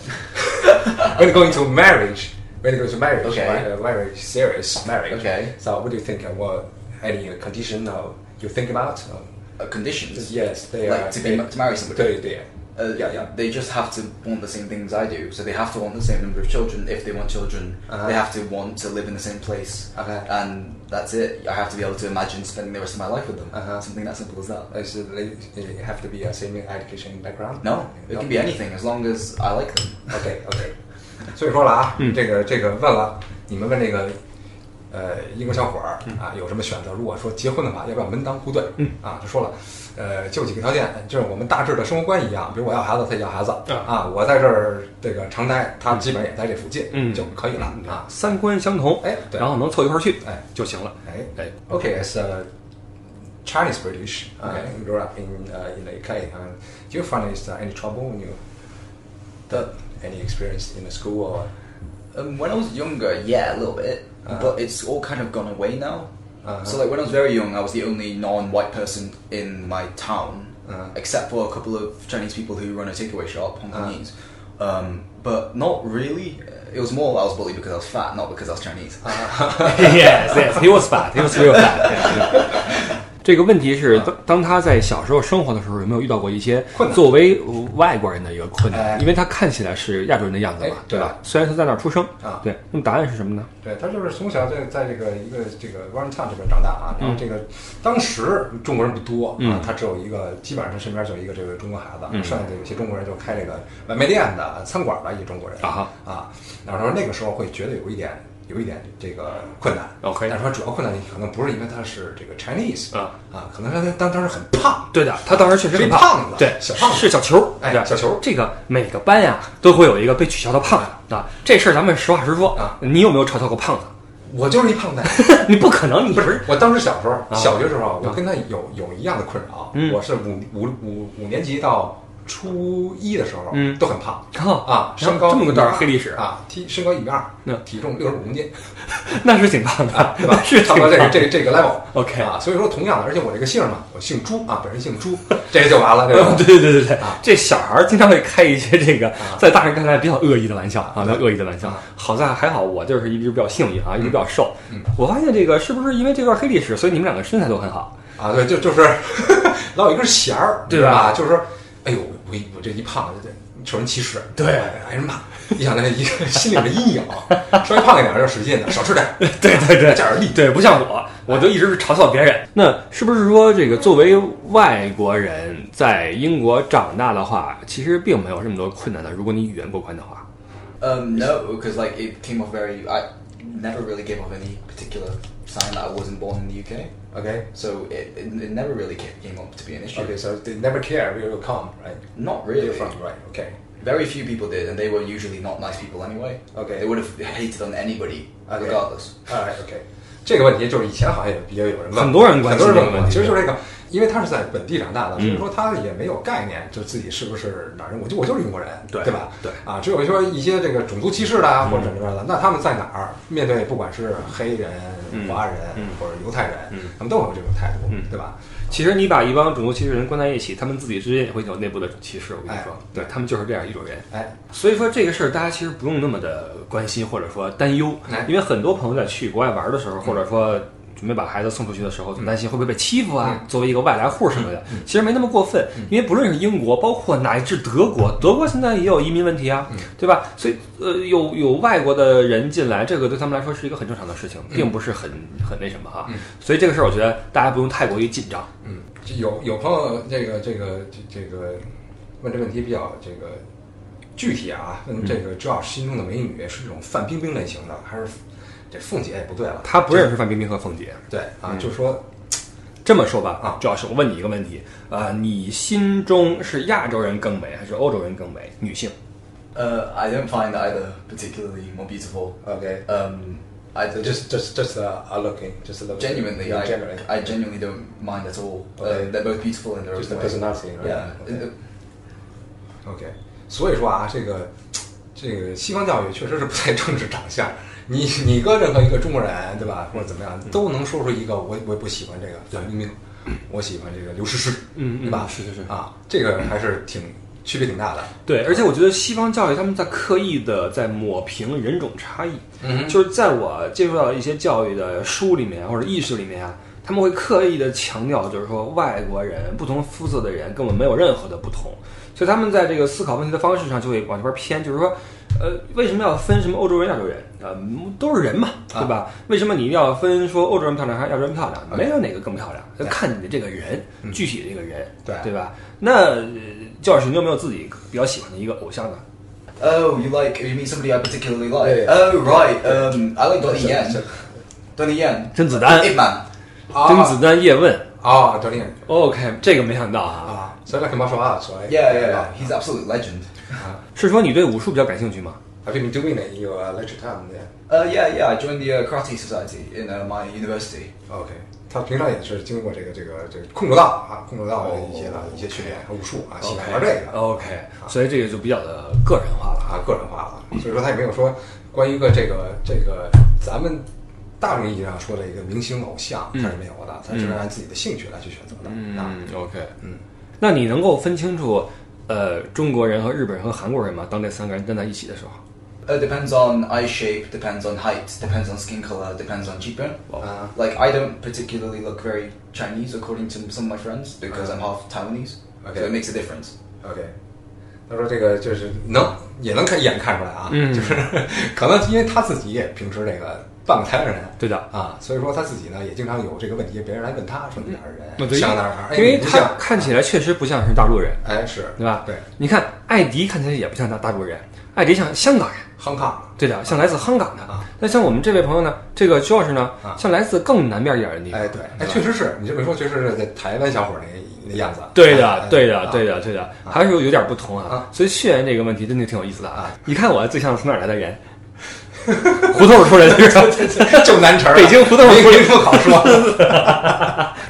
Speaker 3: when you going to marriage, when you go to marriage,
Speaker 1: Okay.
Speaker 3: right, uh, very serious marriage.
Speaker 1: Okay.
Speaker 3: So what do you think? uh, What any condition uh, you think about? Um,
Speaker 1: Uh, conditions.
Speaker 3: yes, they
Speaker 1: Like
Speaker 3: are
Speaker 1: to be
Speaker 3: they-
Speaker 1: to marry somebody.
Speaker 3: 对对，
Speaker 1: Uh,
Speaker 3: 呀呀
Speaker 1: They just have to want the same things I do, so they have to want the same number of children. If they want children,
Speaker 3: Uh-huh.
Speaker 1: they have to want to live in the same place,
Speaker 3: Okay.
Speaker 1: and that's it. I have to be able to imagine spending the rest of my life with them.
Speaker 3: Uh-huh.
Speaker 1: Something that simple as that.
Speaker 3: Uh, so they, they have to be a same education background.
Speaker 1: No, it can be anything as long as I like them.
Speaker 3: OK OK，所以说了啊，这个这个问了，你们问这个呃英国小伙儿啊有什么选择？如果说结婚的话，要不要门当户对？嗯啊，就说了，呃，就几个条件，就是我们大致的生活观一样，比如我要孩子，他也要孩子
Speaker 2: 嗯
Speaker 3: 啊，我在这儿这个常待，他基本上也在这附近，
Speaker 2: 嗯
Speaker 3: 就可以了啊。
Speaker 2: 三观相同，
Speaker 3: 哎对
Speaker 2: 然后能凑一块儿去，
Speaker 3: 哎
Speaker 2: 就行了。
Speaker 3: 哎
Speaker 2: 哎
Speaker 3: ，OK as a Chinese British, uh,
Speaker 1: Okay.
Speaker 3: grew up in uh, in the UK. Uh, do you find is uh, any trouble when you that any experience in the school or
Speaker 1: Um, when I was younger, yeah, a little bit,
Speaker 3: Uh-huh.
Speaker 1: but it's all kind of gone away now.
Speaker 3: Uh-huh.
Speaker 1: So like when I was very young, I was the only non-white person in my town,
Speaker 3: Uh-huh.
Speaker 1: except for a couple of Chinese people who run a takeaway shop, Hong
Speaker 3: Uh-huh.
Speaker 1: Kongese. Um, but not really. It was more I was bullied because I was fat, not because I was Chinese.
Speaker 3: Uh-huh.
Speaker 2: yes, yes, he was fat. He was real fat. 这个问题是，
Speaker 3: 啊
Speaker 2: 当当他在小时候生活的时候，有没有遇到过一些
Speaker 3: 困难
Speaker 2: 作为外国人的一个困
Speaker 3: 哎
Speaker 2: 难？因为他看起来是亚洲人的样子嘛
Speaker 3: 哎，
Speaker 2: 对
Speaker 3: 对
Speaker 2: 吧？虽然他在那儿出生
Speaker 3: 啊
Speaker 2: 对。那么答案是什么呢？
Speaker 3: 对他就是从小在在这个一个这个 Warren Town 这边长大啊，然后这个当时中国人不多啊
Speaker 2: 嗯，
Speaker 3: 他只有一个，基本上身边就一个这个中国孩子，剩下的有些中国人就开这个外卖店的、餐馆的，也中国人
Speaker 2: 啊
Speaker 3: 啊，然后那个时候会觉得有一点有一点这个困难
Speaker 2: OK
Speaker 3: 但是说主要困难可能不是因为他是这个 Chinese
Speaker 2: 啊
Speaker 3: 啊，可能是他当当时很胖，
Speaker 2: 对的，他当时确实
Speaker 3: 是一
Speaker 2: 很
Speaker 3: 胖子
Speaker 2: 对，
Speaker 3: 小胖子
Speaker 2: 是小球，
Speaker 3: 哎
Speaker 2: 对
Speaker 3: 小球
Speaker 2: 这个每个班呀都会有一个被取笑的胖子啊。这事儿咱们实话实说
Speaker 3: 啊
Speaker 2: 你有没有嘲笑过胖子？
Speaker 3: 我就是一胖子。
Speaker 2: 你不可能，你
Speaker 3: 不是，我当时小时候，
Speaker 2: 啊
Speaker 3: 小学时候，我跟他有有一样的困扰。
Speaker 2: 嗯
Speaker 3: 我是五五五五年级到初一的时候，
Speaker 2: 嗯
Speaker 3: 都很胖
Speaker 2: 靠
Speaker 3: 啊，
Speaker 2: 然后
Speaker 3: 身高
Speaker 2: 这么个段儿
Speaker 3: 1.2
Speaker 2: 黑历史
Speaker 3: 啊，体身高一米二
Speaker 2: 嗯，
Speaker 3: 体重六十五 公斤
Speaker 2: 那是挺胖
Speaker 3: 啊
Speaker 2: 的，，？
Speaker 3: 对吧
Speaker 2: 是
Speaker 3: 差
Speaker 2: 挺
Speaker 3: 不多
Speaker 2: 胖
Speaker 3: 这个
Speaker 2: 的。
Speaker 3: 这个这个 level。
Speaker 2: OK
Speaker 3: 啊，所以说同样的，而且我这个姓儿嘛，我姓朱啊，本人姓朱， 这个就完了，
Speaker 2: 嗯
Speaker 3: 这个
Speaker 2: 对对对对对
Speaker 3: 啊，
Speaker 2: 这小孩儿经常会开一些这个
Speaker 3: 啊
Speaker 2: 在大人看来比较恶意的玩笑啊，比较
Speaker 3: 对
Speaker 2: 恶意的玩笑
Speaker 3: 啊。
Speaker 2: 好在还好，我就是一直比较幸运啊，一直比较瘦
Speaker 3: 嗯。
Speaker 2: 我发现这个是不是因为这段黑历史，所以你们两个身材都很好？
Speaker 3: 啊，对，就就是 老有一根弦儿，
Speaker 2: 对
Speaker 3: 你知道
Speaker 2: 吧
Speaker 3: 吧？就是说，哎呦，我一我这一胖，这受人歧视，
Speaker 2: 对
Speaker 3: 哎呀妈，一想那一 个心里的阴影，稍微胖一点儿就使劲的，少吃点儿，
Speaker 2: 对对对，
Speaker 3: 加点力
Speaker 2: 对，不像我，我就一直是嘲笑别人。那是不是说，这个作为外国人在英国长大的话，其实并没有这么多困难的？如果你语言过关的话，
Speaker 1: Um, no, because like it came off very. I never really gave off any particular sign that I wasn't born in the UK,
Speaker 3: Okay.
Speaker 1: so it, it, it never really ca- came up to be an issue.
Speaker 3: Okay, so they never care where you come, right?
Speaker 1: Not
Speaker 3: Where
Speaker 1: really.
Speaker 3: you're from, right? Okay.
Speaker 1: Very few people did, and they were usually not nice people anyway.
Speaker 3: Okay.
Speaker 1: They would have hated on anybody,
Speaker 3: Okay.
Speaker 1: regardless.
Speaker 3: Alright, 啊 OK。这个问题就是以前好像也也有人问，
Speaker 2: 很多人关心
Speaker 3: 很多
Speaker 2: 这
Speaker 3: 人
Speaker 2: 个
Speaker 3: 问
Speaker 2: 问
Speaker 3: 过。
Speaker 2: 题
Speaker 3: 其实就是这个，因为他是在本地长大的，
Speaker 2: 嗯
Speaker 3: 所以说他也没有概念，就自己是不是哪儿人，我就我就是英国人，
Speaker 2: 对
Speaker 3: 吧？
Speaker 2: 对
Speaker 3: 啊，只有说一些这个种族歧视的啊，
Speaker 2: 嗯
Speaker 3: 或者什么样的，那他们在哪儿面对不管是黑人
Speaker 2: 嗯、
Speaker 3: 华人
Speaker 2: 嗯
Speaker 3: 或者犹太人
Speaker 2: 嗯，
Speaker 3: 他们都会有这种态度
Speaker 2: 嗯，
Speaker 3: 对吧？
Speaker 2: 其实你把一帮种族歧视人关在一起，他们自己之间也会有内部的歧视。我跟你说
Speaker 3: 哎，
Speaker 2: 对他们就是这样一种人。
Speaker 3: 哎，
Speaker 2: 所以说这个事儿，大家其实不用那么的关心或者说担忧
Speaker 3: 哎，嗯
Speaker 2: 因为很多朋友在去国外玩的时候，或者说准备把孩子送出去的时候，总担心会不会被欺负啊。作为一个外来户什么的，
Speaker 3: 嗯
Speaker 2: 其实没那么过分，因为不论是英国，包括乃至德国，
Speaker 3: 嗯
Speaker 2: 德国现在也有移民问题啊，对吧？所以呃，有有外国的人进来，这个对他们来说是一个很正常的事
Speaker 3: 嗯
Speaker 2: 情，并不是很很那什么哈。所以这个事儿，我觉得大家不用太过于紧张。
Speaker 3: 嗯，就有有朋友这个这个这这个问这问题比较这个具体啊，
Speaker 2: 嗯
Speaker 3: 问这个 Josh 心中的美女是这种范冰冰类型的，还是这凤姐也不对了，
Speaker 2: 他不认识范嗯冰冰和凤姐，
Speaker 3: 对啊，就说
Speaker 2: 这么说吧
Speaker 3: 啊
Speaker 2: 主要是我问你一个问题啊、呃你心中是亚洲人更美还是欧洲人更美？女性
Speaker 1: Uh, I don't find either particularly more beautiful.
Speaker 3: OK，
Speaker 1: Um, I
Speaker 3: So
Speaker 1: just
Speaker 3: just just just uh, are looking just a little
Speaker 1: genuinely,
Speaker 3: yeah,
Speaker 1: I,
Speaker 3: generally
Speaker 1: I genuinely don't mind at all.
Speaker 3: Okay.
Speaker 1: Uh, they're both beautiful in their
Speaker 3: Just
Speaker 1: own
Speaker 3: the
Speaker 1: way.
Speaker 3: personality, right?
Speaker 1: Yeah.
Speaker 3: Okay.
Speaker 1: Uh,
Speaker 3: OK，所以说啊，这个这个西方教育确实是不太重视长相。你你搁任何一个中国人，对吧，或者怎么
Speaker 2: 嗯
Speaker 3: 样，都能说出一个我我不喜欢这个范冰冰，我喜欢这个刘诗诗，
Speaker 2: 嗯嗯
Speaker 3: 对吧？
Speaker 2: 是是是
Speaker 3: 啊，这个还是挺区别挺大的。
Speaker 2: 对，而且我觉得西方教育他们在刻意的在抹平人种差异，
Speaker 3: 嗯
Speaker 2: 就
Speaker 3: 就
Speaker 2: 是在我接触到一些教育的书里面或者意识里面啊，他们会刻意的强调，就是说外国人不同肤色的人根本没有任何的不同，所以他们在这个思考问题的方式上就会往这边偏，就是说。呃，为什么要分什么欧洲人、亚洲人？呃，都是人嘛，对吧？为什么你一定要分说欧洲人漂亮还是亚洲人漂亮？没有哪个更漂亮，要看你的这个人，具体的这个人，
Speaker 3: 对
Speaker 2: 嗯对吧？那呃教老师，你有没有自己比较喜欢的一个偶像呢？
Speaker 1: Oh, you like you mean somebody I particularly like?
Speaker 3: Yeah, yeah.
Speaker 1: Oh right, um, I like Donnie
Speaker 3: So-
Speaker 1: Yen.
Speaker 3: so-
Speaker 1: Donnie Yen.
Speaker 2: 甄子
Speaker 3: Uh,
Speaker 2: 丹
Speaker 1: Ip Man.
Speaker 2: 哎甄子丹、叶问
Speaker 3: 啊，赵丽颖
Speaker 2: ，OK，这个没想到啊。
Speaker 3: 啊，所以来干嘛说啊？所以
Speaker 1: Yeah, yeah, yeah. He's absolute legend.
Speaker 2: 是说你对武术比较感兴趣吗？
Speaker 3: Have you been doing it in your lecture time? Yeah.
Speaker 1: Uh, yeah, yeah. I joined the uh, Karate Society in uh, my university.
Speaker 3: OK，他平常也是经过这个这个这个空手道啊，空手道的一些的一些训练和武术啊，喜欢玩这个。
Speaker 2: 哦 OK，所以啊这个就比较的个人化了啊。
Speaker 3: 啊个人化了，所以说他也没有说关于一个这个这个咱们大众意义上说的一个明星偶像，
Speaker 2: 嗯
Speaker 3: 他是没有的，他只是按自己的兴趣来去选择的。啊，
Speaker 2: ，OK，嗯，那你能够分清楚，呃，中国人和日本人和韩国人吗？当这三个人站在一起的时候，
Speaker 1: Uh, depends on eye shape, depends on height, depends on skin color, depends on cheekbone.
Speaker 3: Uh-huh.
Speaker 1: Like I don't particularly look very Chinese, according to some of my friends, because I'm half Taiwanese.
Speaker 3: Uh-huh. Okay.
Speaker 1: So it makes a difference.
Speaker 3: OK，他说这个就是能也能看一眼看出来啊，
Speaker 2: 嗯
Speaker 3: 就是可能因为他自己也平时这个半个台湾人。
Speaker 2: 对的，
Speaker 3: 啊，所以说他自己呢也经常有这个问题，别人来问他说你哪儿人，
Speaker 2: 嗯那对，
Speaker 3: 像哪儿哪儿，哎
Speaker 2: 因为
Speaker 3: 你不
Speaker 2: 他
Speaker 3: 像
Speaker 2: 看起来确实不像是大陆人，
Speaker 3: 哎是，
Speaker 2: 对吧？
Speaker 3: 对，
Speaker 2: 你看艾迪看起来也不像大大陆人，艾迪像香港人，
Speaker 3: 康康
Speaker 2: 对的，像来自香港的
Speaker 3: 啊。
Speaker 2: 那像我们这位朋友呢，这个 George 呢
Speaker 3: 啊，
Speaker 2: 像来自更南边一点的地方。
Speaker 3: 哎，对，哎，
Speaker 2: 吧
Speaker 3: 确实是你这么一说，确实是在台湾小伙儿那那样子。
Speaker 2: 对
Speaker 3: 哎
Speaker 2: 的，对
Speaker 3: 哎
Speaker 2: 的，
Speaker 3: 啊
Speaker 2: 对 的，对的，还是有有点不同啊
Speaker 3: 啊。
Speaker 2: 所以血缘这个问题真的挺有意思的啊
Speaker 3: 啊。
Speaker 2: 你看我最像从哪儿来的人？胡同出来的是吧？
Speaker 3: 就南城 儿啊，
Speaker 2: 北京胡同儿
Speaker 3: 没没不好说。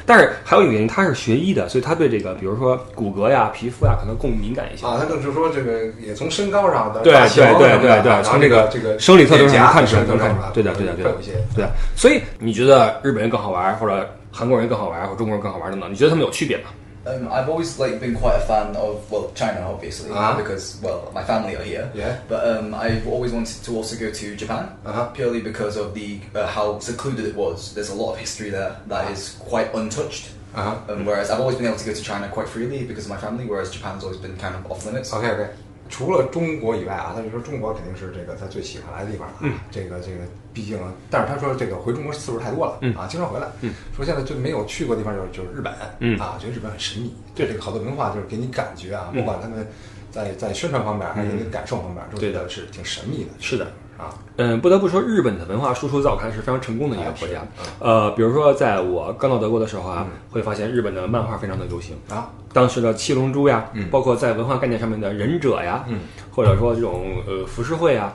Speaker 2: 但是还有一个原因，他是学医的，所以他对这个，比如说骨骼呀、皮肤呀，可能更敏感一些。
Speaker 3: 啊，他就是说这个也从身高上的
Speaker 2: 对
Speaker 3: 大小
Speaker 2: 对对
Speaker 3: 什么的啊
Speaker 2: 对对
Speaker 3: 然后
Speaker 2: 从
Speaker 3: 这个
Speaker 2: 这
Speaker 3: 这
Speaker 2: 个
Speaker 3: 个
Speaker 2: 生理特征上
Speaker 3: 脸颊
Speaker 2: 看出来
Speaker 3: 生理特征
Speaker 2: 看出
Speaker 3: 上
Speaker 2: 来对的对的对的
Speaker 3: 会有一些
Speaker 2: 对，啊所以你觉得日本人更好玩，或者韩国人更好玩，或者中国人更好玩等等，你觉得他们有区别吗？
Speaker 1: Um, I've always like been quite a fan of well China obviously
Speaker 3: Uh-huh.
Speaker 1: because well my family are here.
Speaker 3: Yeah.
Speaker 1: But um, I've always wanted to also go to Japan
Speaker 3: Uh-huh.
Speaker 1: purely because of the uh, how secluded it was. There's a lot of history there that is quite untouched.
Speaker 3: Uh-huh.
Speaker 1: Um, whereas I've always been able to go to China quite freely because of my family. Whereas Japan's always been kind of off limits.
Speaker 3: OK OK，除了中国以外啊，他就说中国肯定是这个他最喜欢来的地方啊。这个这个，毕竟，但是他说这个回中国次数太多了、啊，经常回来。说现在最没有去过的地方就是就是日本，
Speaker 2: 嗯
Speaker 3: 啊，觉得日本很神秘，对这个好多文化就是给你感觉啊，不管他们在在宣传方面还是你的感受方面，都觉
Speaker 2: 对
Speaker 3: 得是挺神秘的。
Speaker 2: 是的
Speaker 3: 啊，
Speaker 2: 嗯，不得不说，日本的文化输出在我看来是非常成功的一个国家
Speaker 3: 哎。
Speaker 2: 呃，比如说，在我刚到德国的时候啊，会发现日本的漫画非常的流行
Speaker 3: 啊。
Speaker 2: 当时的《七龙珠》呀，
Speaker 3: 嗯
Speaker 2: 包括在文化概念上面的忍者呀，
Speaker 3: 嗯
Speaker 2: 或者说这种呃浮世绘啊，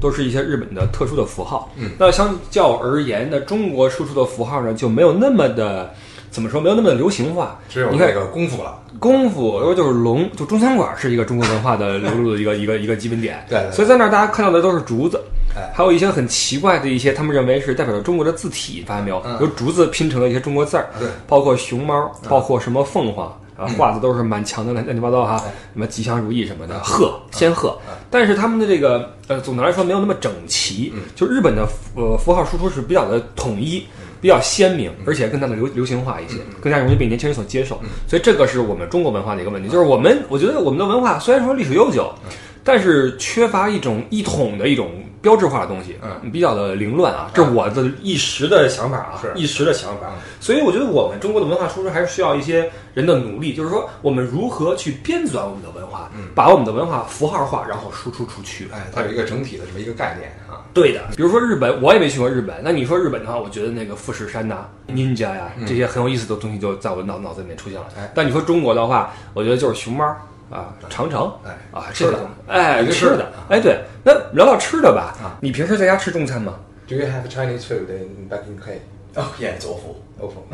Speaker 2: 都是一些日本的特殊的符号。
Speaker 3: 嗯
Speaker 2: 那相较而言呢，中国输出的符号呢就没有那么的怎么说，没有那么的流行化。
Speaker 3: 只有
Speaker 2: 你看
Speaker 3: 这个功夫了。
Speaker 2: 功夫，然后就是龙，就中餐馆是一个中国文化的流入的一个一个一个基本点。
Speaker 3: 对对对
Speaker 2: 所以在那儿大家看到的都是竹子
Speaker 3: 哎，
Speaker 2: 还有一些很奇怪的一些，他们认为是代表着中国的字体，发现没有？
Speaker 3: 嗯
Speaker 2: 由竹子拼成了一些中国字儿，
Speaker 3: 对嗯
Speaker 2: 包括熊猫，包括什么凤凰。啊，画的都是满墙的乱乱七八糟
Speaker 3: 哎
Speaker 2: 哈，什么吉祥如意什么
Speaker 3: 嗯
Speaker 2: 的，鹤仙鹤，但是他们的这个呃，总的来说没有那么整齐。
Speaker 3: 嗯
Speaker 2: 就日本的呃符号输出是比较的统一，
Speaker 3: 嗯
Speaker 2: 比较鲜明，而且更加的流流行化一些，更加容易被年轻人所接
Speaker 3: 嗯
Speaker 2: 受。所以这个是我们中国文化的一个问题，就是我们我觉得我们的文化虽然说历史悠久，
Speaker 3: 嗯
Speaker 2: 但是缺乏一种一统的一种标志化的东西，
Speaker 3: 嗯，
Speaker 2: 比较的凌乱啊。这是我的一时的想法啊，
Speaker 3: 是
Speaker 2: 一时的想法
Speaker 3: 嗯。
Speaker 2: 所以我觉得我们中国的文化输出还是需要一些人的努力，就是说我们如何去编纂我们的文化，
Speaker 3: 嗯
Speaker 2: 把我们的文化符号化，然后输出出去。
Speaker 3: 哎，它有一个整体的这么一个概念啊。
Speaker 2: 对的，比如说日本，我也没去过日本。那你说日本的话，我觉得那个富士山呐、ninja
Speaker 3: 嗯
Speaker 2: 呀、这些很有意思的东西就在我脑脑子里面出现了
Speaker 3: 哎。
Speaker 2: 但你说中国的话，我觉得就是熊猫啊、长城
Speaker 3: 哎
Speaker 2: 啊
Speaker 3: 吃
Speaker 2: 这
Speaker 3: 的
Speaker 2: 个东西，哎
Speaker 3: 一个
Speaker 2: 吃
Speaker 3: 吃
Speaker 2: 的
Speaker 3: 的，
Speaker 2: 哎对。那聊聊吃的吧
Speaker 3: 啊，
Speaker 2: 你平时在家吃中餐吗？
Speaker 3: Do you have Chinese food in back in UK?
Speaker 1: Oh yeah, it's awful.
Speaker 3: Awful.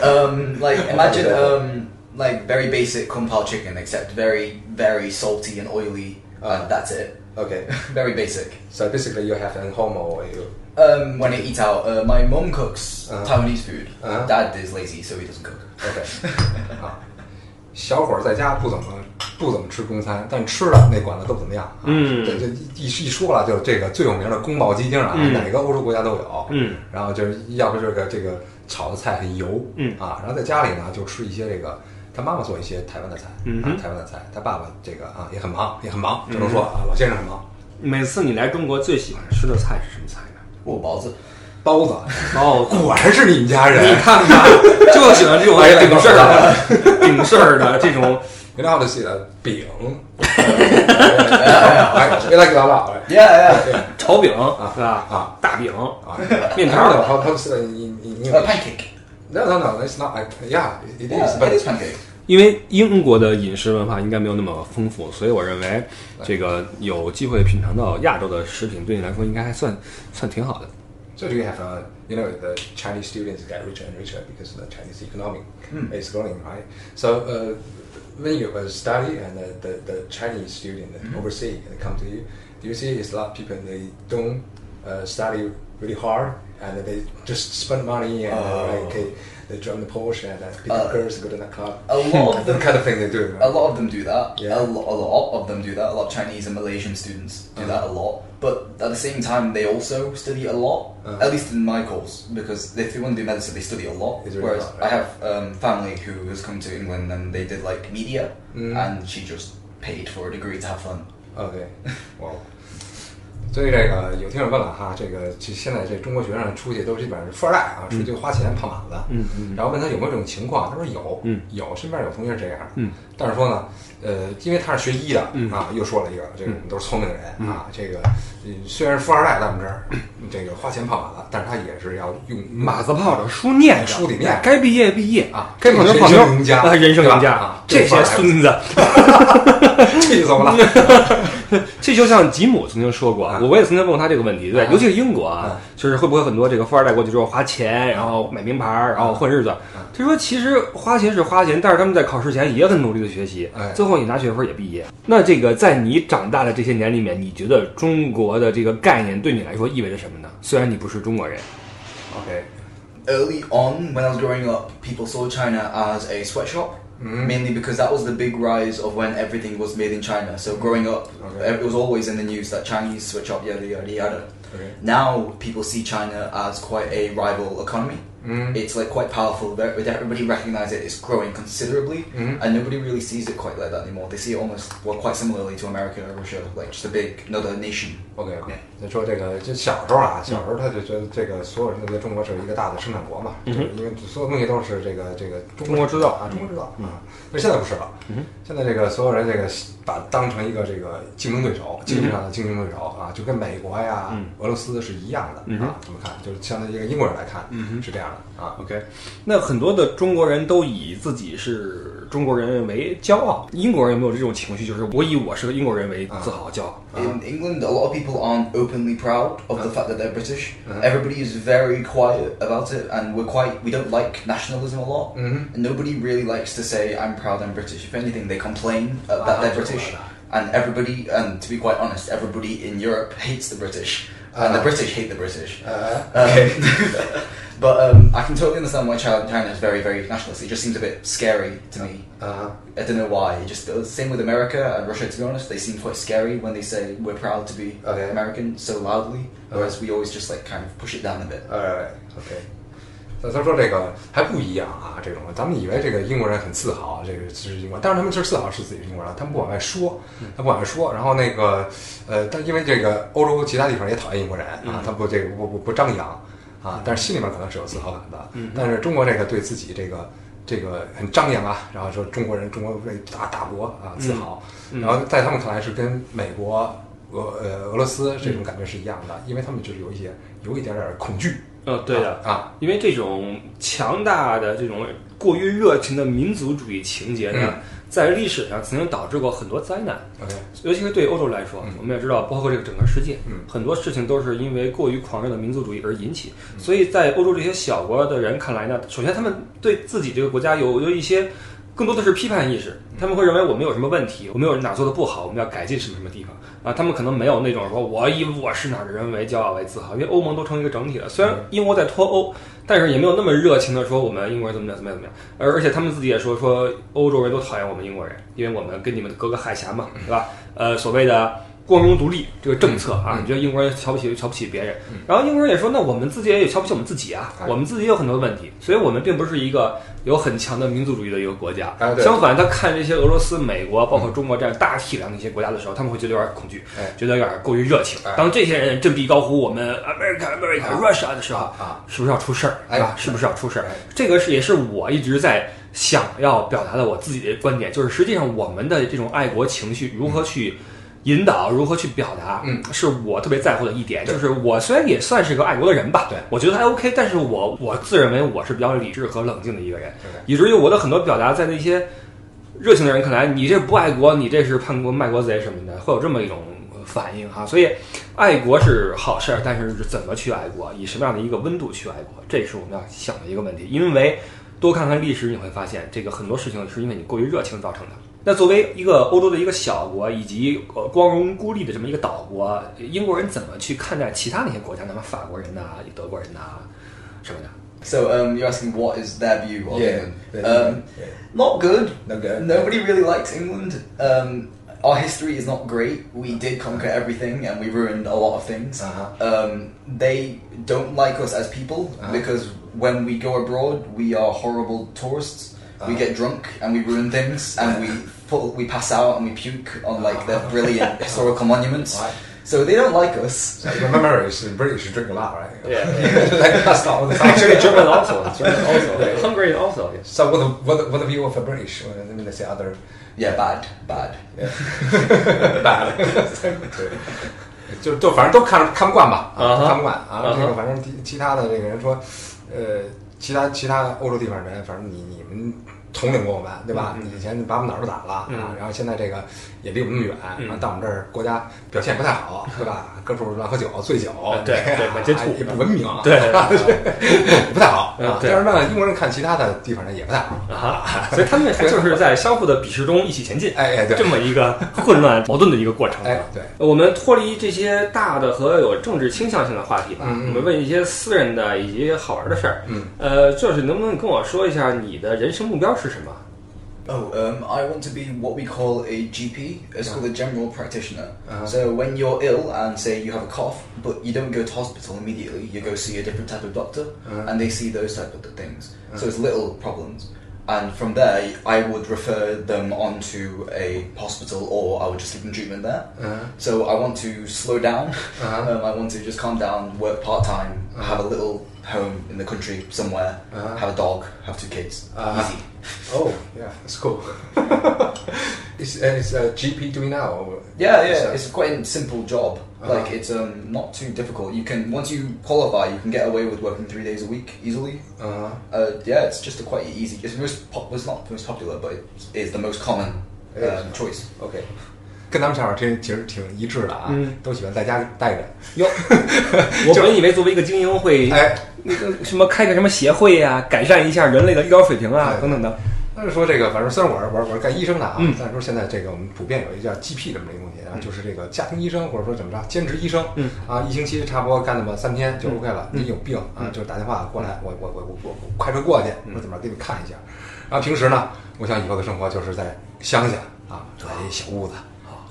Speaker 1: Um, like imagine um, like very basic kung pao chicken, except very very salty and oily,
Speaker 3: Ah.
Speaker 1: and that's it.
Speaker 3: Okay.
Speaker 1: Very basic.
Speaker 3: So basically, you have an homo. You
Speaker 1: Um, when I eat out, uh, my mum cooks
Speaker 3: Uh-huh.
Speaker 1: Taiwanese food.
Speaker 3: Uh-huh.
Speaker 1: Dad is lazy, so he doesn't cook.
Speaker 3: OK，啊，小伙儿在家不怎么不怎么吃中餐，但吃了那管子都不怎么样、啊。
Speaker 2: 嗯
Speaker 3: 这这一一说了，就这个最有名的宫保鸡丁啊，
Speaker 2: 嗯
Speaker 3: 哪个欧洲国家都有。
Speaker 2: 嗯，
Speaker 3: 然后就是要不这个这个炒的菜很油。
Speaker 2: 嗯
Speaker 3: 啊，然后在家里呢就吃一些这个。他妈妈做一些台湾的菜，
Speaker 2: 嗯
Speaker 3: 啊
Speaker 2: 哼，嗯
Speaker 3: 台湾的菜。他爸爸这个啊也很忙，也很忙，只能说啊，老先生很忙。
Speaker 2: 每次你来中国最喜欢吃的菜是什么菜呢？
Speaker 1: What about it?
Speaker 3: 包子，
Speaker 2: 哦，
Speaker 3: 果然是你们家人。
Speaker 2: 看吧，就喜欢这种
Speaker 3: 哎呀
Speaker 2: 顶事儿的、顶事儿的这种。
Speaker 3: You know how to say that？饼。 哎，别来给咱俩。
Speaker 1: Yeah, yeah.
Speaker 2: 炒饼，对吧？
Speaker 3: 啊，
Speaker 2: 大饼，
Speaker 3: 啊，
Speaker 2: 面条
Speaker 3: No,
Speaker 2: 的
Speaker 3: no, how, how to say that in, in
Speaker 1: A
Speaker 3: English?
Speaker 1: pancake.
Speaker 3: No, no, no, it's not. I, yeah, it is,
Speaker 1: Yeah,
Speaker 3: but
Speaker 1: it is pancake.
Speaker 2: 因为英国的饮食文化应该没有那么丰富，所以我认为这个有机会品尝到亚洲的食品，对你来说应该还算算挺好的。
Speaker 3: so do you have, uh, you know, the Chinese students get richer and richer because the Chinese economy
Speaker 1: Hmm.
Speaker 3: is growing, right? So uh, when you uh, study and uh, the, the Chinese student
Speaker 1: Hmm.
Speaker 3: overseas and come to you, do you see it's a lot of people they don't uh, study really hard and they just spend money and uh, like, they, they join the Porsche and uh, pick up
Speaker 1: Oh. Uh,
Speaker 3: girls, go to the club.
Speaker 1: A lot of
Speaker 3: The
Speaker 1: them.
Speaker 3: kind of thing they do. Right?
Speaker 1: A lot of them do that.
Speaker 3: Yeah.
Speaker 1: A, lo- a lot of them do that. A lot of Chinese and Malaysian students
Speaker 3: Uh-huh.
Speaker 1: do that a lot. But at the same time, they also study a lot.
Speaker 3: Uh-huh.
Speaker 1: At least in my course, because if they want to do medicine, they study a lot.
Speaker 3: It's really
Speaker 1: Whereas
Speaker 3: hard,
Speaker 1: I
Speaker 3: right?
Speaker 1: have um, family who has come to England and they did like media,
Speaker 3: Mm.
Speaker 1: and she just paid for a degree to have fun.
Speaker 3: OK，哇！ 哦所以这个有听友问了哈，这个其实现在这中国学生出去都基本上是富二代啊，出去花钱胖满子。
Speaker 2: 嗯嗯
Speaker 3: 然后问他有没有这种情况，他说有，
Speaker 2: 嗯
Speaker 3: 有，身边有同学是这样的。
Speaker 2: 嗯，
Speaker 3: 但是说呢，呃，因为他是学医的
Speaker 4: 嗯
Speaker 3: 啊，又说了一个，这个我们都是聪明人啊，这个呃虽然是富二代在我们这儿，这个花钱泡马子，但是他也是要用
Speaker 4: 马子泡着，书念着
Speaker 3: 书里 念
Speaker 4: 该毕业毕业
Speaker 3: 啊
Speaker 4: 该泡妞泡
Speaker 3: 人生赢
Speaker 4: 妞
Speaker 3: 家
Speaker 2: 啊，人生赢家
Speaker 3: 啊
Speaker 2: 这些孙 子，
Speaker 3: 气死我 了。
Speaker 2: 这就像吉姆曾经说过
Speaker 3: 啊，
Speaker 2: 我我也曾经问过他这个问题，对
Speaker 3: 啊，
Speaker 2: 尤其是英国啊
Speaker 3: 啊，
Speaker 2: 就是会不会很多这个富二代过去之后花钱，然后买名牌，然后混日
Speaker 3: 啊
Speaker 2: 子。他说其实花钱是花钱，但是他们在考试前也很努力的学习
Speaker 3: 哎，
Speaker 2: 最后也拿学分也毕业。那这个在你长大的这些年里面，你觉得中国的这个概念对你来说意味着什么呢？虽然你不是中国人
Speaker 3: OK，
Speaker 1: Early on, when I was growing up, people saw China as a sweatshop.
Speaker 3: Mm-hmm.
Speaker 1: Mainly because that was the big rise of when everything was made in China. So growing up,
Speaker 3: Okay.
Speaker 1: ev- it was always in the news that Chinese sweatshop yada yada yada.
Speaker 3: Okay.
Speaker 1: Now people see China as quite a rival economy.
Speaker 3: 嗯 Mm-hmm.
Speaker 1: It's like quite powerful. They're- Everybody recognise it. It's growing considerably, and nobody really sees it quite like that anymore. They see it almost well quite similarly to America or Russia, like just a big another nation.
Speaker 3: OK OK，就说这个，就小时候啊，小时候他就觉得这个所有人都觉得中国是一个大的生产国嘛，就是因为所有东西都是这个这个嗯中国制造嗯啊，中国制造啊。那现在不是了，现在这个所有人这个把当成一个这个竞争对手，经济上的竞争对手啊，就跟美国呀、俄罗斯是一样的啊。怎么看？就是相对于一个英国人来看，是这样的啊。
Speaker 2: ，OK，那很多的中国人都以自己是中国人为骄傲，英国人有没有这种情绪？就是我以我是个英国人为自豪骄傲。
Speaker 1: In England, a lot of people aren't openly proud of the fact that they're British. Everybody is very quiet about it, and we're quite we don't like nationalism a lot.
Speaker 3: Mhm.
Speaker 1: And nobody really likes to say I'm proud I'm British. If anything, they complain uh,
Speaker 3: Ah,
Speaker 1: that they're
Speaker 3: that's
Speaker 1: British.
Speaker 3: right.
Speaker 1: And everybody, and to be quite honest, everybody in Europe hates the British, and the
Speaker 3: Ah.
Speaker 1: British hate the British.
Speaker 3: 呃
Speaker 1: Um, but um, I can totally understand why China China is very, very nationalist. It just seems a bit scary to me.
Speaker 3: 啊
Speaker 1: I don't know why. It just does. Same with America and Russia. To be honest, they seem quite scary when they say we're proud to be
Speaker 3: Okay.
Speaker 1: American so loudly, whereas we always just like kind of push it down a bit.
Speaker 3: 呃，OK。那他说这个还不一样啊，这种咱们以为这个英国人很自豪，这个是英国人，但是他们就是自豪是自己是英国人，他们不往外说，他不往外说。然后那个呃，但因为这个欧洲其他地方也讨厌英国人啊，他不这个不不不张扬啊，但是心里面可能是有自豪感的。但是中国这个对自己这个这个很张扬啊，然后说中国人中国为大大国啊自豪，
Speaker 2: 嗯
Speaker 3: 然后在他们看来是跟美国。俄呃俄罗斯这种感觉是一样的，因为他们就是有一些有一点点恐惧，
Speaker 2: 呃，对的，
Speaker 3: 啊，
Speaker 2: 因为这种强大的这种过于热情的民族主义情节呢，在历史上曾经导致过很多灾难，
Speaker 3: 啊 OK，
Speaker 2: 尤其是对欧洲来说，我们也知道，包括这个整个世界，
Speaker 3: 嗯
Speaker 2: 很多事情都是因为过于狂热的民族主义而引起。所以在欧洲这些小国的人看来呢，首先他们对自己这个国家有有一些。更多的是批判意识，他们会认为我们有什么问题，我们有哪做的不好，我们要改进什么什么地方啊？他们可能没有那种说我以我是哪儿的人为骄傲为自豪，因为欧盟都成一个整体了。虽然英国在脱欧，但是也没有那么热情的说我们英国人怎么样怎么样怎么样，而而且他们自己也说说欧洲人都讨厌我们英国人，因为我们跟你们隔个海峡嘛，
Speaker 3: 嗯
Speaker 2: 对吧？呃，所谓的光荣独立这个政策
Speaker 3: 嗯
Speaker 2: 啊，你觉得英国人瞧不起瞧不起别人，然后英国人也说那我们自己也瞧不起我们自己啊，
Speaker 3: 哎
Speaker 2: 我们自己也有很多问题，所以我们并不是一个有很强的民族主义的一个国家
Speaker 3: 哎。对
Speaker 2: 相反，他看这些俄罗斯、美国包括中国这样大体量的一些国家的时候，他们会觉得有点恐惧
Speaker 3: 哎，
Speaker 2: 觉得有点过于热情
Speaker 3: 哎。
Speaker 2: 当这些人振臂高呼我们 America America
Speaker 3: 啊
Speaker 2: Russia 的时候
Speaker 3: 啊啊，
Speaker 2: 是不是要出事儿？
Speaker 3: 哎
Speaker 2: 是吧？是不是要出事儿
Speaker 3: 哎？
Speaker 2: 这个是也是我一直在想要表达的我自己的观点，就是实际上我们的这种爱国情绪如何去引导，如何去表达，
Speaker 3: 嗯，
Speaker 2: 是我特别在乎的一点。
Speaker 3: 对
Speaker 2: 就是我虽然也算是个爱国的人吧，
Speaker 3: 对
Speaker 2: 我觉得还 OK，但是我我自认为我是比较理智和冷静的一个人，
Speaker 3: 对
Speaker 2: 以至于我的很多表达在那些热情的人看来，你这不爱国，你这是叛国卖国贼什么的，会有这么一种呃反应哈。所以，爱国是好事儿，但是怎么去爱国，以什么样的一个温度去爱国，这是我们要想的一个问题。因为多看看历史，你会发现这个很多事情是因为你过于热情造成的。那作为一个欧洲的一个小国，以及呃光荣孤立的这么一个岛国，英国人怎么去看待其他那些国家呢？什么法国人呐、德国人呐、什 么的？
Speaker 1: So um, you're asking what is their view of
Speaker 3: Yeah,
Speaker 1: England?
Speaker 3: their
Speaker 1: Um,
Speaker 3: view, yeah.
Speaker 1: Not good.
Speaker 3: No good.
Speaker 1: Nobody really likes England. Um, our history is not great. We did conquer everything, and we ruined a lot of things.
Speaker 3: Uh-huh.
Speaker 1: Um, they don't like us as people
Speaker 3: Uh-huh.
Speaker 1: because when we go abroad, we are horrible tourists. We
Speaker 3: Uh-huh.
Speaker 1: get drunk and we ruin things, and we pull, we pass out and we puke on like their brilliant historical monuments.
Speaker 3: Right.
Speaker 1: so they don't like us.
Speaker 3: Remember, it's British drink a lot, right?
Speaker 2: Yeah.
Speaker 3: like that's not what the
Speaker 2: Actually, German also. German also. Hungary also. Yes.
Speaker 3: So what the, what the, what the view of a British? uh, Well, I mean, let's say other
Speaker 1: Yeah, bad, bad.
Speaker 3: 大了，对，就就反正都看看不惯吧，
Speaker 2: 啊哈
Speaker 3: 看不惯
Speaker 2: 啊
Speaker 3: 啊
Speaker 2: 哈。
Speaker 3: 这个反正其其他的这个人说，呃，其他其他欧洲地方人，反正你你们统领过我们，对吧？
Speaker 2: 嗯
Speaker 3: 你以前把我们哪儿都打了啊，然后现在这个也离我们那么远，
Speaker 2: 嗯
Speaker 3: 然后到我们这儿国家表现也不太好，对吧？各处乱喝酒、醉酒
Speaker 2: 呃，对对
Speaker 3: 啊
Speaker 2: 满街吐
Speaker 3: 也不文明，
Speaker 2: 对
Speaker 3: 不太好
Speaker 2: 嗯
Speaker 3: 啊。
Speaker 2: 对
Speaker 3: 但是呢，英国人看其他的地方人也不太好，
Speaker 2: 啊，所以他们还就是在相互的鄙视中一起前进，
Speaker 3: 哎哎对
Speaker 2: 这么一个混乱矛盾的一个过程。
Speaker 3: 哎对。
Speaker 2: 我们脱离这些大的和有政治倾向性的话题吧，
Speaker 3: 嗯嗯
Speaker 2: 我们问一些私人的以及好玩的事儿。
Speaker 3: 嗯，
Speaker 2: 呃，就是能不能跟我说一下你的人生目标是什 么？
Speaker 1: Oh, um, I want to be what we call a GP. It's called a general practitioner.
Speaker 3: Uh-huh.
Speaker 1: So when you're ill and say you have a cough, but you don't go to hospital immediately, you go see a different type of doctor,
Speaker 3: Uh-huh.
Speaker 1: and they see those type of things. So it's little problems, and from there I would refer them on to a hospital, or I would just give them treatment there.
Speaker 3: Uh-huh.
Speaker 1: So I want to slow down.
Speaker 3: Uh-huh.
Speaker 1: Um, I want to just calm down, work part time, have a little home in the country somewhere,
Speaker 3: Uh-huh.
Speaker 1: have a dog, have two kids,
Speaker 3: Uh-huh.
Speaker 1: easy.
Speaker 3: Oh, yeah, that's cool. is and is uh, GP doing now? or-
Speaker 1: Yeah,
Speaker 3: is
Speaker 1: yeah,
Speaker 3: that-
Speaker 1: it's quite a simple job.
Speaker 3: Uh-huh.
Speaker 1: Like it's um not too difficult. You can once you qualify, you can get away with working three days a week easily.
Speaker 3: uh,
Speaker 1: Uh, yeah, it's just a quite easy. It's the most pop. It's not the most popular, but it is the most common
Speaker 3: It is.
Speaker 1: um, choice.
Speaker 3: OK，跟他们想法真其实挺一致的啊，
Speaker 2: 嗯
Speaker 3: 都喜欢在家待着。
Speaker 2: 哟，我本以为作为一个精英会，
Speaker 3: 哎，
Speaker 2: 那个什么开个什么协会呀、改善一下人类的医疗水平啊
Speaker 3: 哎
Speaker 2: 等等的。
Speaker 3: 但是说这个，反正虽然我是我是我是干医生的啊，
Speaker 2: 嗯
Speaker 3: 但是说现在这个我们普遍有一个叫 GP 这么一个东西，然后就是这个家庭医生或者说怎么着兼职医生，
Speaker 2: 嗯
Speaker 3: 啊，一星期差不多干那么三天就 OK 了。你有病
Speaker 2: 嗯
Speaker 3: 啊，就打电话过来，我我我我我我快车过去，我怎么着给你看一下。然后平时呢，我想以后的生活就是在乡下啊，找一小屋子，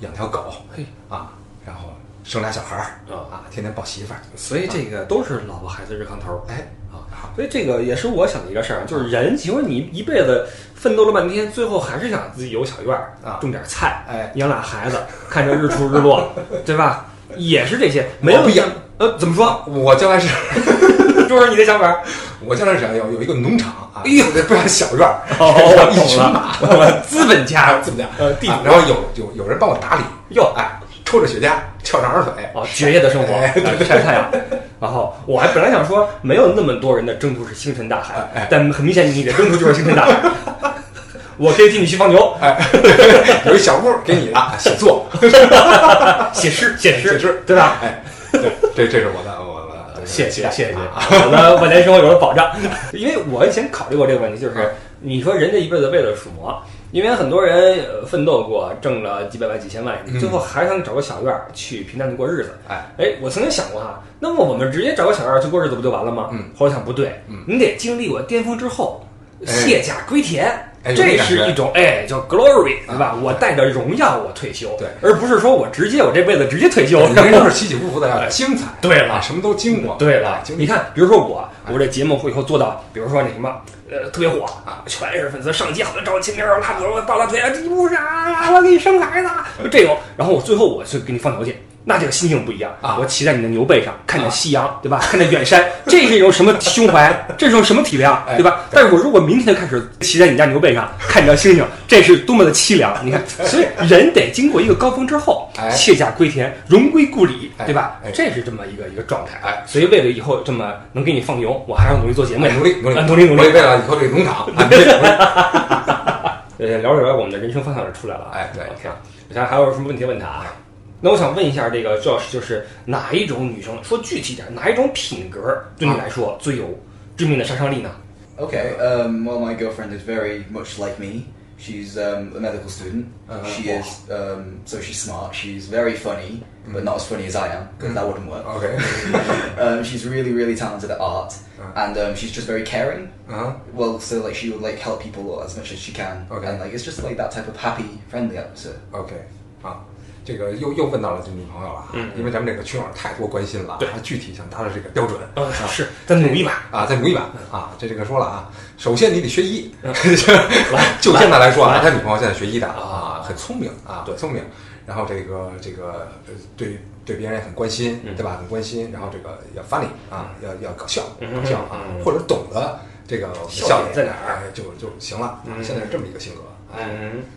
Speaker 3: 养条狗
Speaker 2: 哦嘿，
Speaker 3: 啊，然后生俩小孩儿
Speaker 2: 啊
Speaker 3: 啊，天天抱媳妇儿，
Speaker 2: 所以这个都是老婆孩子热炕头。
Speaker 3: 哎
Speaker 2: 啊，
Speaker 3: 啊，
Speaker 2: 所以这个也是我想的一个事儿，啊就是人，请问你一辈子奋斗了半天，最后还是想自己有小院儿
Speaker 3: 啊
Speaker 2: 种点菜，
Speaker 3: 哎
Speaker 2: 养俩孩子，看着日出日落，对吧？也是这些，没有
Speaker 3: 我不一样
Speaker 2: 呃，怎么说？
Speaker 3: 我将来是。
Speaker 2: 就是你的想法。
Speaker 3: 我将来想要有一个农场啊，
Speaker 2: 哎呦
Speaker 3: 不然小院儿，
Speaker 2: 哦，
Speaker 3: 然后一
Speaker 2: 我
Speaker 3: 群
Speaker 2: 懂
Speaker 3: 马，
Speaker 2: 了，懂了资本家
Speaker 3: 啊，怎么讲？
Speaker 2: 呃，地
Speaker 3: 啊
Speaker 2: 主
Speaker 3: 然后有有有人帮我打理，
Speaker 2: 哟
Speaker 3: 哎，抽着雪茄，翘着二腿，
Speaker 2: 哦，爵爷的生活，
Speaker 3: 哎
Speaker 2: 啊晒太阳。然后我还本来想说，没有那么多人的征途是星辰大海，但很明显你的征途就是星辰大海。 我可以替你去放牛，
Speaker 3: 有一小屋给 你了，写作，
Speaker 2: 写诗，哎写诗，
Speaker 3: 写诗
Speaker 2: 对吧？
Speaker 3: 哎，对，这这是我的我我的
Speaker 2: 谢谢
Speaker 3: 期待
Speaker 2: 谢谢，
Speaker 3: 啊
Speaker 2: 我的晚年生活有了保障。 因为我以前考虑过这个问题，就
Speaker 3: 啊
Speaker 2: 是你说人这一辈子为了鼠魔，因为很多人呃奋斗过，挣了几百万、几千万，
Speaker 3: 嗯
Speaker 2: 最后还想找个小院儿去平淡的过日子。
Speaker 3: 哎
Speaker 2: 哎，我曾经想过哈，那么我们直接找个小院儿去过日子不就完了吗？
Speaker 3: 嗯，
Speaker 2: 后来想不对，
Speaker 3: 嗯
Speaker 2: 你得经历我巅峰之后。
Speaker 3: 哎
Speaker 2: 卸甲归田，
Speaker 3: 哎有这
Speaker 2: 这
Speaker 3: 感觉啊
Speaker 2: 是一种哎叫 glory，对吧？我带着荣耀我退休，
Speaker 3: 对
Speaker 2: 而不是说我直 接我这辈子直接退休，
Speaker 3: 你人生是起起伏伏的，要精彩，
Speaker 2: 对了
Speaker 3: 啊什么都经过，哎
Speaker 2: 对
Speaker 3: 啊
Speaker 2: 了，
Speaker 3: 经历
Speaker 2: 你看，比如说我，我这节目会以后做到，比如说那什么，呃，特别火啊，全是粉丝上街好多找我签名，拉我我抱大腿啊，这不是啊，我给你生孩子啊，就这种。然后我最后我去给你放牛去，那这个心情不一样
Speaker 3: 啊
Speaker 2: 我骑在你的牛背上，看着夕阳，对吧？看着远山， 这是一种什么胸怀？ 这是一种什么体量，
Speaker 3: 哎
Speaker 2: 对吧？但是我如果明天就开始骑在你家牛背上，看着星星，这是多么的凄凉！你看，所以人得经过一个高峰之后
Speaker 3: 哎，
Speaker 2: 卸甲归田，荣归故里，
Speaker 3: 哎
Speaker 2: 对吧
Speaker 3: 哎？
Speaker 2: 这是这么一个一个状态。啊
Speaker 3: 哎，
Speaker 2: 所以为了以后这么能给你放牛，我还要努力做节目
Speaker 3: 哎
Speaker 2: 呀，
Speaker 3: 努力努力
Speaker 2: 啊努力努力。
Speaker 3: 为了以后这个农 场啊，努力努力
Speaker 2: 呃，聊着聊着，我们的人生方向就出来了。
Speaker 3: 哎对哎
Speaker 2: ，OK。我想还有什么问题问他啊？那我想问一下，这个 Josh 就是哪一种女生，说具体点，哪一种品格对你来说最有致命的杀伤力呢？
Speaker 1: Okay, um, well, my girlfriend is very much like me. She's um, a medical student.
Speaker 3: Uh-huh.
Speaker 1: she is, um, so she's smart. She's very funny,
Speaker 3: Mm.
Speaker 1: but not as funny as I am, because that wouldn't work.
Speaker 3: OK，
Speaker 1: um, she's really, really talented at art,
Speaker 3: Uh-huh.
Speaker 1: and um, she's just very caring.
Speaker 3: 啊
Speaker 1: Well, so like she would like help people as much as she can,
Speaker 3: Okay.
Speaker 1: and like it's just like that type of happy, friendly atmosphere.
Speaker 3: OK 啊。这个又又问到了这女朋友了啊，
Speaker 2: 嗯
Speaker 3: 因为咱们这个群友太多关心了啊，
Speaker 2: 对
Speaker 3: 她具体想达到这个标准，
Speaker 2: 呃，是，咱努一把。
Speaker 3: 啊，再努一把啊！这这个说了啊，首先你得学医
Speaker 2: 嗯，
Speaker 3: 就现在来说啊，他女朋友现在学医的
Speaker 2: 啊
Speaker 3: 啊，很聪明啊，
Speaker 2: 对
Speaker 3: 聪明。然后这个这个呃对对别人也很关心，对吧？很关心，然后这个要 funny 啊，要要搞笑，搞笑啊，或者懂得这个笑点
Speaker 2: 在哪儿
Speaker 3: 哎，就就行了。啊现在是这么一个性格，哎，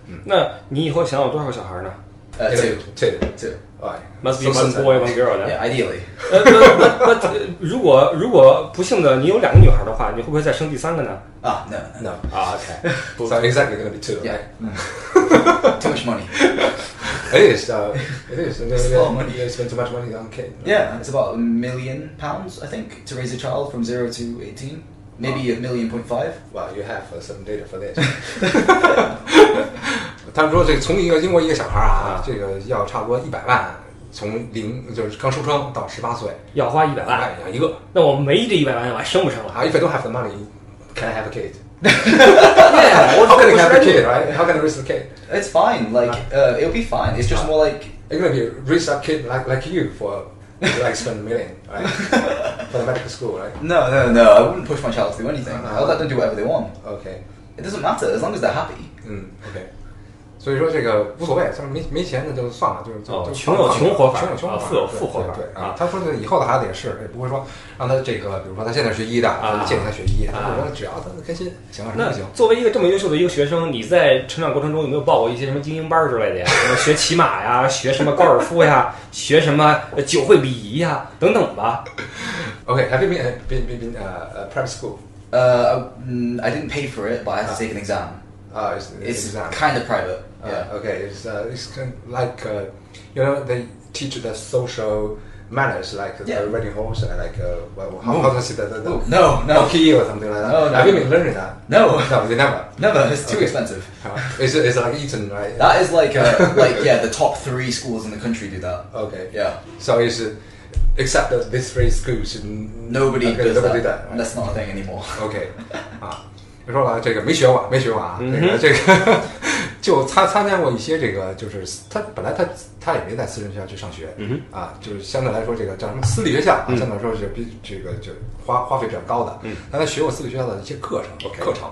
Speaker 2: 嗯，那你以后想有多少个小孩
Speaker 3: 嗯
Speaker 2: 呢
Speaker 1: Uh,
Speaker 3: two
Speaker 1: two.
Speaker 3: two
Speaker 1: Two.
Speaker 3: right.
Speaker 2: ？Must be
Speaker 3: So
Speaker 2: one
Speaker 3: sunset.
Speaker 2: boy, one girl 的。
Speaker 1: Yeah, ideally.
Speaker 2: 呃，那那那如果如果不幸的你有两个女孩的话，你会不会再生第三个呢？
Speaker 1: Ah, no,
Speaker 3: No.
Speaker 2: 啊，OK，不
Speaker 3: So exactly going to be two. right?
Speaker 1: Yeah. too much money.
Speaker 3: It is. Uh, it
Speaker 1: It's
Speaker 3: is.
Speaker 1: a lot of money.
Speaker 3: You spend too much money on kid.
Speaker 1: Yeah, Uh, it's about a million pounds, I think, to raise a child from zero to eighteen. Maybe a million point five.
Speaker 3: Well, you have uh, some data for this. 他们说，这从一个英国一个小孩啊
Speaker 2: 啊，
Speaker 3: 这个要差不多一百万，从零就是刚出生到十八岁，
Speaker 2: 要花一百万，
Speaker 3: 哎，养一个。
Speaker 2: 那我没这一百万，我还生不生了？
Speaker 3: 啊 If I don't have the money, can I have a kid?
Speaker 2: 哎
Speaker 3: How can I have a kid, right? How can I raise a kid?
Speaker 1: It's fine. Like uh, it'll be fine. It's just more like
Speaker 3: I'm gonna be raise a kid like like you for like spend a million, right? For the medical school, right?
Speaker 1: no, no, no. I wouldn't push my child to do anything.
Speaker 3: Uh-huh.
Speaker 1: I'll let them do whatever they want.
Speaker 3: Okay.
Speaker 1: It doesn't matter as long as they're happy.
Speaker 3: 嗯，OK。所以说这个无所谓，就是没没钱那就算了，就是就
Speaker 2: 哦
Speaker 3: 就
Speaker 2: 穷有
Speaker 3: 放
Speaker 2: 穷活法
Speaker 3: 穷有穷活
Speaker 2: 啊
Speaker 3: 法，
Speaker 2: 富有
Speaker 3: 对
Speaker 2: 富活法
Speaker 3: 对对
Speaker 2: 啊
Speaker 3: 啊。他说这以后的孩子也是，也不会说让他这个，比如说他现在学医的，
Speaker 2: 啊
Speaker 3: 建议他学医，
Speaker 2: 啊
Speaker 3: 我说只要他开心，行了什么
Speaker 2: 那
Speaker 3: 啊都行。
Speaker 2: 作为一个这么优秀的一个学生，你在成长过程中有没有报过一些什么精英班儿之类的呀？什么学骑马呀，学什么高尔夫呀，学什么呃酒会礼仪呀，等等吧。
Speaker 3: OK，Have you been been been been 呃呃 private school？
Speaker 1: Uh, I, mm, I didn't pay for it, but I had to take an exam.
Speaker 3: 啊，it's
Speaker 1: It's
Speaker 3: Ah. exam.
Speaker 1: kind of private.
Speaker 3: Uh,
Speaker 1: Yeah.
Speaker 3: okay, it's, uh, it's kind of like uh, you know they teach the social manners like
Speaker 1: Yeah.
Speaker 3: the riding horse and like uh, well, how, how does it the, the, the
Speaker 1: Ooh, no, no.
Speaker 3: monkey or something like that.
Speaker 1: No, no.
Speaker 3: Have you been learning that?
Speaker 1: No.
Speaker 3: no, they never.
Speaker 1: Never. It's too
Speaker 3: Okay.
Speaker 1: expensive.
Speaker 3: Uh, it's, it's like Eton, right?
Speaker 1: That is like uh like yeah, the top three schools in the country do that.
Speaker 3: Okay.
Speaker 1: Yeah.
Speaker 3: So it's uh, except that these three schools n-
Speaker 1: Nobody
Speaker 3: okay,
Speaker 1: does
Speaker 3: nobody
Speaker 1: that.
Speaker 3: that. right?
Speaker 1: That's not a thing anymore.
Speaker 3: OK，啊，就说了这个没学过，没学过啊，这
Speaker 2: 嗯
Speaker 3: 个这个就参参加过一些这个，就是他本来他他也没在私人学校去上学，
Speaker 2: 嗯
Speaker 3: 啊，就是相对来说这个叫什么私立学校啊，
Speaker 2: 嗯
Speaker 3: 相对来说是比这个就花花费比较高的，
Speaker 2: 嗯，
Speaker 3: 但他学过私立学校的一些课程
Speaker 2: OK 嗯
Speaker 3: 课程，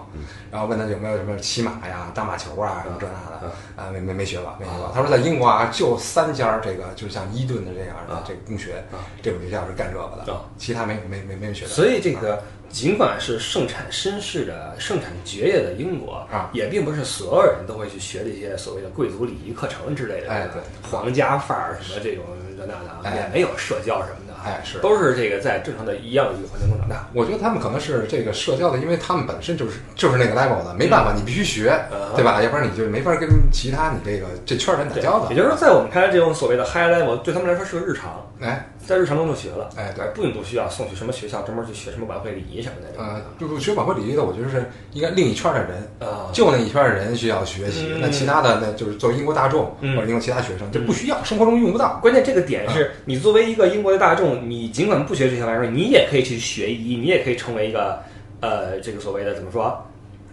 Speaker 3: 然后问他有没有什么骑马呀、打马球啊什么这那
Speaker 2: 啊
Speaker 3: 的，啊，没没没学过，没学过。他说在英国啊，就三家儿这个就是像伊顿的这样的
Speaker 2: 啊
Speaker 3: 这个公学
Speaker 2: 啊
Speaker 3: 这种学校是干这个的
Speaker 2: 啊，
Speaker 3: 其他没没没没人学的，
Speaker 2: 所以这
Speaker 3: 啊
Speaker 2: 个尽管是盛产绅士的、盛产爵爷的英国
Speaker 3: 啊
Speaker 2: 也并不是所有人都会去学这些所谓的贵族礼仪课程之类的，啊
Speaker 3: 哎对
Speaker 2: 皇家范儿什么这种这那的啊，
Speaker 3: 哎
Speaker 2: 也没有社交什么的啊，
Speaker 3: 哎是
Speaker 2: 都是这个在正常的一样的一个环境中长大。
Speaker 3: 我觉得他们可能是这个社交的，因为他们本身就是就是那个 level 的，没办法，你必须学，
Speaker 2: 嗯
Speaker 3: 对吧？要不然你就没法跟其他你这个这圈儿人打
Speaker 2: 对
Speaker 3: 交道。
Speaker 2: 也就是说，，在我们看来，这种所谓的 high level 对他们来说是个日常，
Speaker 3: 哎，
Speaker 2: 在日常中就学了，
Speaker 3: 哎对
Speaker 2: 并不需要送去什么学校专门去学什么晚会礼仪什么的这种啊
Speaker 3: 呃
Speaker 2: 的。，
Speaker 3: 就是学晚会礼仪的，我觉得是应该另一圈儿的人，
Speaker 2: 啊
Speaker 3: 就那一圈儿的人需要学习，
Speaker 2: 嗯
Speaker 3: 那其他的那就是作为英国大众、
Speaker 2: 嗯
Speaker 3: 或者英国其他学生就不需要，生活中用不到。
Speaker 2: 啊关键这个点是你作为一个英国的大众，你尽管不学这些玩意儿，你也可以去学医，你也可以成为一个呃，这个所谓的怎么说？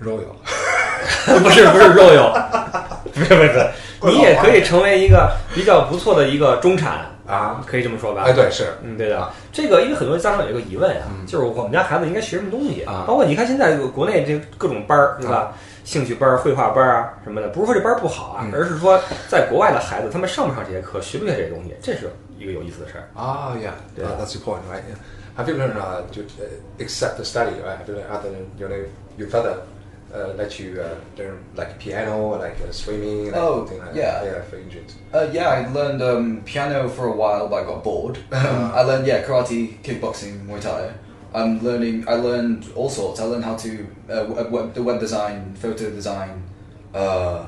Speaker 3: 肉有，
Speaker 2: 不是不是肉 友，不是不是，你也可以成为一个比较不错的一个中产
Speaker 3: 啊，
Speaker 2: 可以这么说吧？
Speaker 3: 哎，对，是
Speaker 2: 嗯，对的
Speaker 3: 啊，
Speaker 2: 这个因为很多家长有一个疑问啊，就是我们家孩子应该学什么东西
Speaker 3: 啊
Speaker 2: 包括你看现在国内这各种班儿，对吧？兴趣班儿、绘画班儿啊什么的，不是说这班儿不好啊，
Speaker 3: 嗯
Speaker 2: 而是说在国外的孩子他们上不上这些课，学不学这些东西，这是一个有意思的事儿。
Speaker 3: 啊，yeah，Ah,
Speaker 2: 对啊
Speaker 3: that's the point, right? Yeah. Have you learned uh, to uh, accept the study, right? Have you learned other than you know your father uh, let you uh, learn like piano, or, like uh, swimming, like
Speaker 1: Oh,
Speaker 3: something like
Speaker 1: yeah.
Speaker 3: yeah, for Indians.
Speaker 1: Uh, yeah, I learned um, piano for a while, but I got bored. Um,
Speaker 3: Ah.
Speaker 1: I learned yeah karate, kickboxing, muay thai. I'm learning. I learned all sorts. I learned how to uh, web, web, the web design, photo design. Uh,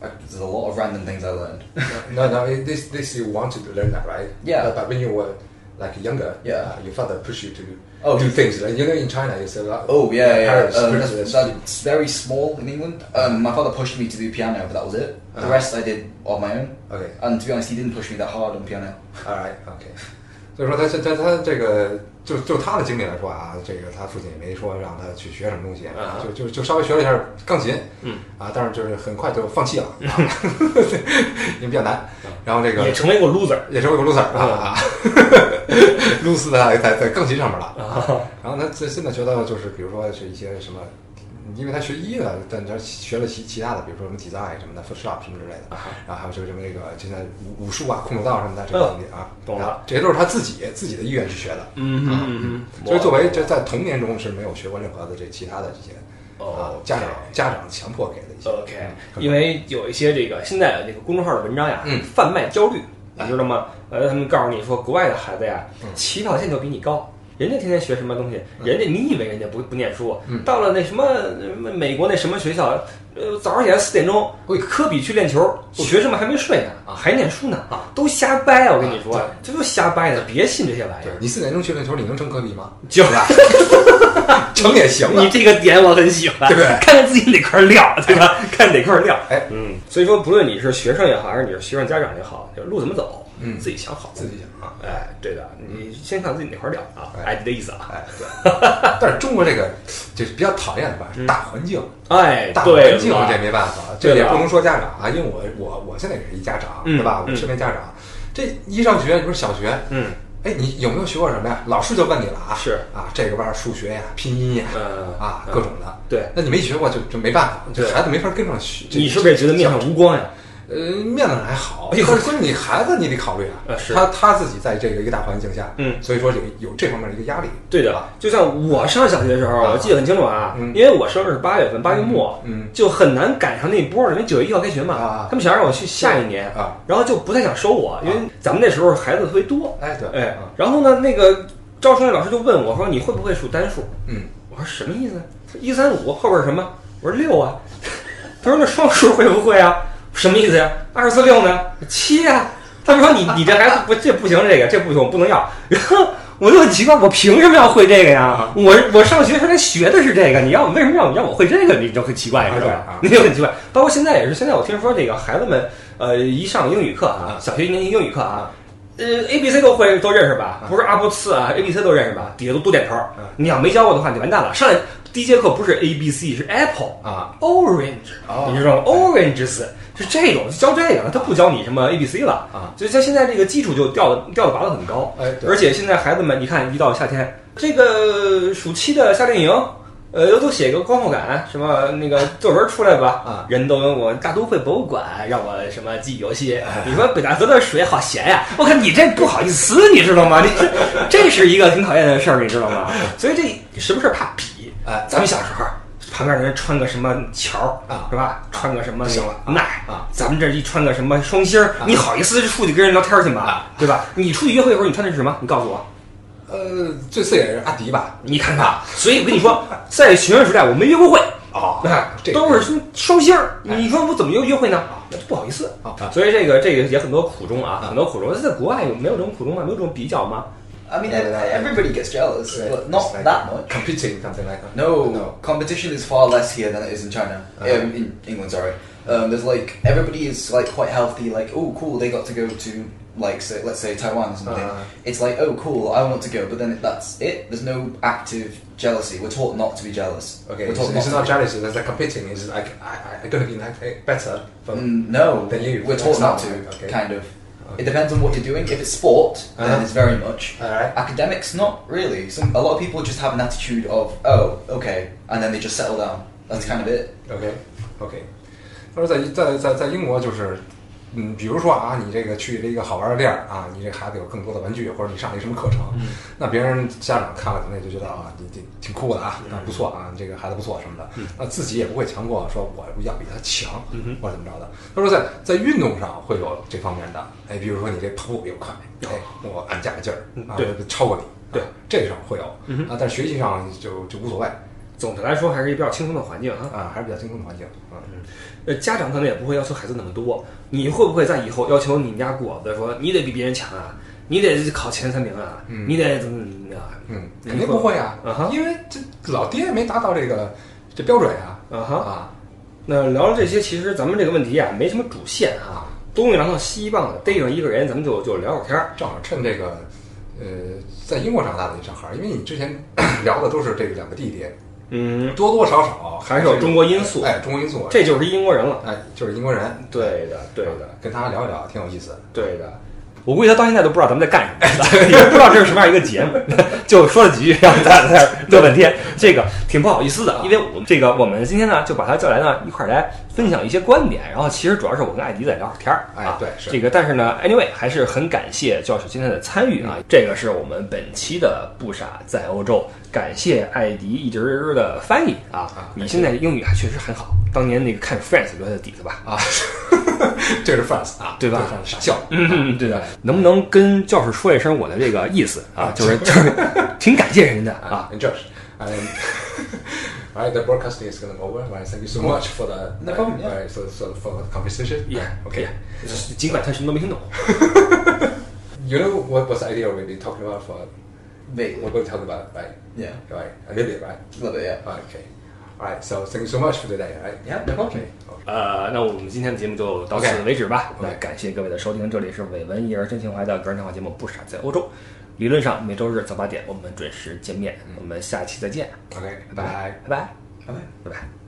Speaker 1: I, there's a lot of random things I learned.
Speaker 3: No, no, it- this this you wanted to learn that, right?
Speaker 1: Yeah.
Speaker 3: But, but when you were like younger,
Speaker 1: Yeah.
Speaker 3: uh, your father pushed you to
Speaker 1: Oh,
Speaker 3: do
Speaker 1: he-
Speaker 3: things. Like, you know, in China, you say, like,
Speaker 1: Oh yeah, yeah.
Speaker 3: parents,
Speaker 1: Um,
Speaker 3: parents,
Speaker 1: that's,
Speaker 3: that's-
Speaker 1: that's very small in England.
Speaker 3: Ah.
Speaker 1: Um, my father pushed me to do piano, but that was it. The
Speaker 3: Uh-huh.
Speaker 1: rest I did on my own.
Speaker 3: Okay.
Speaker 1: And to be honest, he didn't push me that hard on piano.
Speaker 3: All right, OK。所以说他，他他他这个，就就他的经历来说啊，这个他父亲也没说让他去学什么东西，
Speaker 2: 啊
Speaker 3: 就就就稍微学了一下钢琴，
Speaker 2: 嗯，
Speaker 3: 啊，但是就是很快就放弃 了，啊因为比较难。然后这个
Speaker 2: 啊也成为过 loser
Speaker 3: 也成为个 loser 啊， 露
Speaker 2: 啊
Speaker 3: 丝在在在钢琴上面了。然后他这现在学到的就是，比如说是一些什么因为他学医的，但他学了其其他的，比如说什么 design 什么的，Photoshop 什么之类
Speaker 2: 啊
Speaker 3: 的，然后还有就是什么那个现在武武术啊、空手道什么的这个东西啊，
Speaker 5: 懂了
Speaker 3: 啊，这些都是他自己自己的意愿去学的。
Speaker 5: 嗯嗯嗯，
Speaker 3: 所以作为这在童年中是没有学过任何的这其他的这些，啊
Speaker 2: 哦，
Speaker 3: 家长家长强迫给的一些，嗯
Speaker 2: OK，因为有一些这个现在这个公众号的文章呀，
Speaker 3: 嗯
Speaker 2: 贩卖焦虑，你知道吗？呃，他们告诉你说，国外的孩子呀，起跑线就比你高。人家天天学什么东西，人家你以为人家不不念书，到了那什么什么美国那什么学校，呃，早上起来四点钟，科比去练球，学生们还没睡呢，还念书呢，都瞎掰啊！我跟你说
Speaker 3: 啊，
Speaker 2: 这都瞎掰的，别信这些玩意
Speaker 3: 对
Speaker 2: 儿。
Speaker 3: 你四点钟去练球，你能成科比吗？
Speaker 2: 就是
Speaker 3: 成也行
Speaker 2: 你
Speaker 3: 了。
Speaker 2: 这个点我很喜欢，
Speaker 3: 对不对
Speaker 2: 看看自己哪块料， 对吧？看哪块料。
Speaker 3: 哎
Speaker 2: 嗯，所以说，不论你是学生也好，还是你是学生家长也好，就是路怎么走，
Speaker 3: 嗯
Speaker 2: 自己想好，
Speaker 3: 自己想
Speaker 2: 啊。哎，对的，你先看自己哪块料啊。
Speaker 3: 哎
Speaker 2: 哎，你的意思啊？
Speaker 3: 哎，对，但是中国这个就是比较讨厌的吧，
Speaker 2: 嗯
Speaker 3: 大环境，
Speaker 2: 哎，
Speaker 3: 大
Speaker 2: 对
Speaker 3: 环境啊
Speaker 2: 了
Speaker 3: 这没办法，
Speaker 2: 对
Speaker 3: 这也
Speaker 2: 吧
Speaker 3: 不能说家长啊，因为我我我现在也是一家长，
Speaker 2: 嗯
Speaker 3: 对吧？
Speaker 2: 嗯
Speaker 3: 我身为家长，这一上学，你说小学，
Speaker 2: 嗯，
Speaker 3: 哎，你有没有学过什么呀？老师就问你了啊，
Speaker 2: 是
Speaker 3: 啊，这个玩意儿数学呀、拼音呀，
Speaker 2: 嗯
Speaker 3: 啊，
Speaker 2: 嗯
Speaker 3: 各种的，
Speaker 2: 对
Speaker 3: 那你没学过就就没办法，
Speaker 2: 对
Speaker 3: 这孩子没法跟上学。这
Speaker 2: 你是不是也觉得面上无光呀？
Speaker 3: 呃，面子上还好，
Speaker 2: 哎呦
Speaker 3: 但是关键你孩子你得考虑啊
Speaker 2: 呃，是
Speaker 3: 他他自己在这个一个大环境下，
Speaker 2: 嗯
Speaker 3: 所以说有有这方面的一个压力，
Speaker 2: 对的
Speaker 3: 吧？，
Speaker 2: 就像我上小学的时候，
Speaker 3: 啊
Speaker 2: 我记得很清楚啊，
Speaker 3: 嗯
Speaker 2: 因为我生日是八月份，八月末，
Speaker 3: 嗯
Speaker 2: 就很难赶上那波儿，因为九月一号开学嘛
Speaker 3: 啊，
Speaker 2: 他们想让我去下一年
Speaker 3: 啊，
Speaker 2: 然后就不太想收我，因为咱们那时候孩子特别多，
Speaker 3: 哎对，
Speaker 2: 哎，然后呢，那个招生那老师就问我说：“你会不会数单数
Speaker 3: 嗯，？”
Speaker 2: 我说：“什么意思？”他说：“一三五后边是什么？”我说：“六啊。”他说：“那双数会不会啊？”什么意思呀、二十四六呢？七呀、他们说你：“你这孩子不这不行，这个这不行，我不能要。”然后我就很奇怪，我凭什么要会这个呀？我我上学时候学的是这个，你让我为什么让让我会这个？你就很奇怪，是
Speaker 3: 啊对
Speaker 2: 吧
Speaker 3: 啊？
Speaker 2: 你就很奇怪。包括现在也是，现在我听说这个孩子们，呃，一上英语课啊，小学一年级英语课啊，呃，A B C 都会都认识吧？不是阿波次啊，A B C 都认识吧？底下都都点头儿
Speaker 3: 嗯。
Speaker 2: 你要没教过的话，你完蛋了。上来第一节课不是 A B C 是 Apple
Speaker 3: 啊
Speaker 2: Orange，、
Speaker 3: 哦
Speaker 2: 你知道吗？Oranges 是这种，教这个了，他不教你什么 A B C 了
Speaker 3: 啊
Speaker 2: 就像现在这个基础就掉的掉的拔得很高，
Speaker 3: 哎对
Speaker 2: 而且现在孩子们，你看一到夏天，这个暑期的夏令营。呃，都写个观后感，什么那个作文出来吧，
Speaker 3: 啊
Speaker 2: 人都问我大都会博物馆让我什么记忆犹新，
Speaker 3: 哎
Speaker 2: 你说北大河的水好咸呀、我看你这不好意思，你知道吗？你这这是一个挺讨厌的事儿，你知道吗？所以这什么事儿怕比，
Speaker 3: 哎
Speaker 2: 咱们小时候，旁边的人穿个什么桥儿
Speaker 3: 啊
Speaker 2: 是吧？穿个什么行了啊耐
Speaker 3: 啊
Speaker 2: 咱们这一穿个什么双星儿，你好意思出去跟人聊天去吗？
Speaker 3: 啊
Speaker 2: 对吧？你出去约会的时候，你穿的是什么？你告诉我，
Speaker 3: 呃，最次也是阿迪吧？
Speaker 2: 你看啊看。所以我跟你说，在学生时代，我没约过会。
Speaker 3: 哦
Speaker 2: 哎，
Speaker 3: 这个
Speaker 2: 都是双双星儿，你说我怎么约约会呢？那不好意思
Speaker 3: 啊
Speaker 2: 所以这个这个也很多苦衷啊，很多苦衷。在国外有没有这种苦衷吗？没有这种比较吗？
Speaker 1: I mean,
Speaker 3: Yeah,
Speaker 1: ev-
Speaker 3: yeah, yeah.
Speaker 1: everybody gets jealous,
Speaker 3: Right.
Speaker 1: but not
Speaker 3: It's like
Speaker 1: that much.
Speaker 3: competing something like that.
Speaker 1: No,
Speaker 3: no.
Speaker 1: competition is far less here than it is in China.
Speaker 3: Uh-huh.
Speaker 1: Um, in England, sorry. Um, there's like everybody is like quite healthy. Like, oh, cool, they got to go to like say, let's say Taiwan or something.
Speaker 3: Uh-huh.
Speaker 1: It's like, oh, cool, I want to go, but then that's it. There's no active jealousy. We're taught not to be jealous.
Speaker 3: Okay,
Speaker 1: we're
Speaker 3: it's,
Speaker 1: taught
Speaker 3: it's
Speaker 1: not. To
Speaker 3: not jealousy. It's like competing. It's like I, I, I'm gonna be like better. But
Speaker 1: Mm, no,
Speaker 3: Then you-
Speaker 1: we're taught not to.
Speaker 3: Okay.
Speaker 1: Kind of. It depends on what you're doing. If it's sport, then
Speaker 3: Uh-huh.
Speaker 1: it's very much.
Speaker 3: Alright.
Speaker 1: Academics, not really. Some a lot of people just have an attitude of, oh, okay, and then they just settle down. That's
Speaker 3: Mm.
Speaker 1: kind of it.
Speaker 3: OK OK，他说在在在在英国就是，嗯，比如说啊，你这个去了一个好玩的地儿啊，你这孩子有更多的玩具，或者你上了一什么课程，
Speaker 2: 嗯
Speaker 3: 那别人家长看了可能也就觉得啊，你这挺酷的
Speaker 2: 嗯
Speaker 3: 啊，啊不错啊，你这个孩子不错什么的，那自己也不会强迫说我要比他强、
Speaker 2: 嗯
Speaker 3: 或者怎么着的。他说在在运动上会有这方面的，哎，比如说你这跑步比我快，哎，我俺加个劲儿
Speaker 2: 嗯
Speaker 3: 啊，
Speaker 2: 对
Speaker 3: 我超过你，
Speaker 2: 对嗯
Speaker 3: 啊，这上会有啊，但是学习上就就无所谓
Speaker 2: 总的来说，还是一个比较轻松的环境啊。
Speaker 3: 啊，还是比较轻松的环境啊。
Speaker 2: 呃，家长可能也不会要求孩子那么多。你会不会在以后要求你们家果子说你得比别人强啊，你得考前三名啊，你得怎么怎么样啊？
Speaker 3: 嗯，肯定不会啊，
Speaker 2: 啊哈
Speaker 3: 因为这老爹没达到这个这标准啊。
Speaker 2: 啊哈
Speaker 3: 啊，
Speaker 2: 那聊了这些，其实咱们这个问题啊，没什么主线啊，东一榔头西一棒的，逮上一个人，咱们就就聊会儿天儿。
Speaker 3: 正好趁这个呃，在英国长大的这小孩儿，因为你之前 聊的都是这个两个弟弟，
Speaker 2: 嗯，
Speaker 3: 多多少少
Speaker 2: 还是有中国因素
Speaker 3: 哎，中国因素，
Speaker 2: 这就是英国人了。
Speaker 3: 哎就是英国人，
Speaker 2: 对的，对的，
Speaker 3: 跟他聊一聊，挺有意思的。
Speaker 2: 对的。我估计他到现在都不知道咱们在干 什么，也不知道这是什么样一个节目， 就说了几句，然后大家在那儿乐半天，这个挺不好意思的，因为我们这个我们今天呢就把他叫来呢一块儿来分享一些观点，然后其实主要是我跟艾迪在聊会儿天儿，
Speaker 3: 哎
Speaker 2: 啊
Speaker 3: 对是
Speaker 2: 这个，但是呢，anyway 还是很感谢 Josh 今天的参与啊，这个是我们本期的不傻在欧洲，感谢艾迪一直的翻译啊，你现在英语还确实很好，当年那个看 Friends 留下的底子吧。
Speaker 3: 啊，这是 France 啊，
Speaker 2: 对吧
Speaker 3: 这是傻笑，
Speaker 2: 嗯， 对的，能不能跟教室说一声我的这个意思啊？ 就是就是，挺感谢人的啊。
Speaker 3: And Josh, and right, 哎 the broadcast is going to over. Right, thank you so much for the
Speaker 6: No problem, yeah.
Speaker 3: right, so, so for the conversation.
Speaker 2: Yeah,
Speaker 3: okay.
Speaker 2: 尽管他什么都没听懂，
Speaker 3: You know what was the idea already talking about for
Speaker 1: Vaguely.
Speaker 3: we're going to talk about right?
Speaker 1: Yeah.
Speaker 3: Right, a little bit, right?
Speaker 1: A little bit, yeah.
Speaker 3: Okay. All right. So thank you so much for today. Right.
Speaker 1: Yeah, no problem.
Speaker 2: 呃，那我们今天的节目就到
Speaker 3: OK
Speaker 2: 此为止吧。
Speaker 3: OK
Speaker 2: 那感谢各位的收听，这里是伟文一人真情怀的个人谈话节目《不傻在欧洲》，理论上每周日早八点我们准时见面，我们下期再见，
Speaker 3: Okay. Bye.
Speaker 2: 嗯拜拜，
Speaker 1: Bye-bye.
Speaker 2: 拜拜。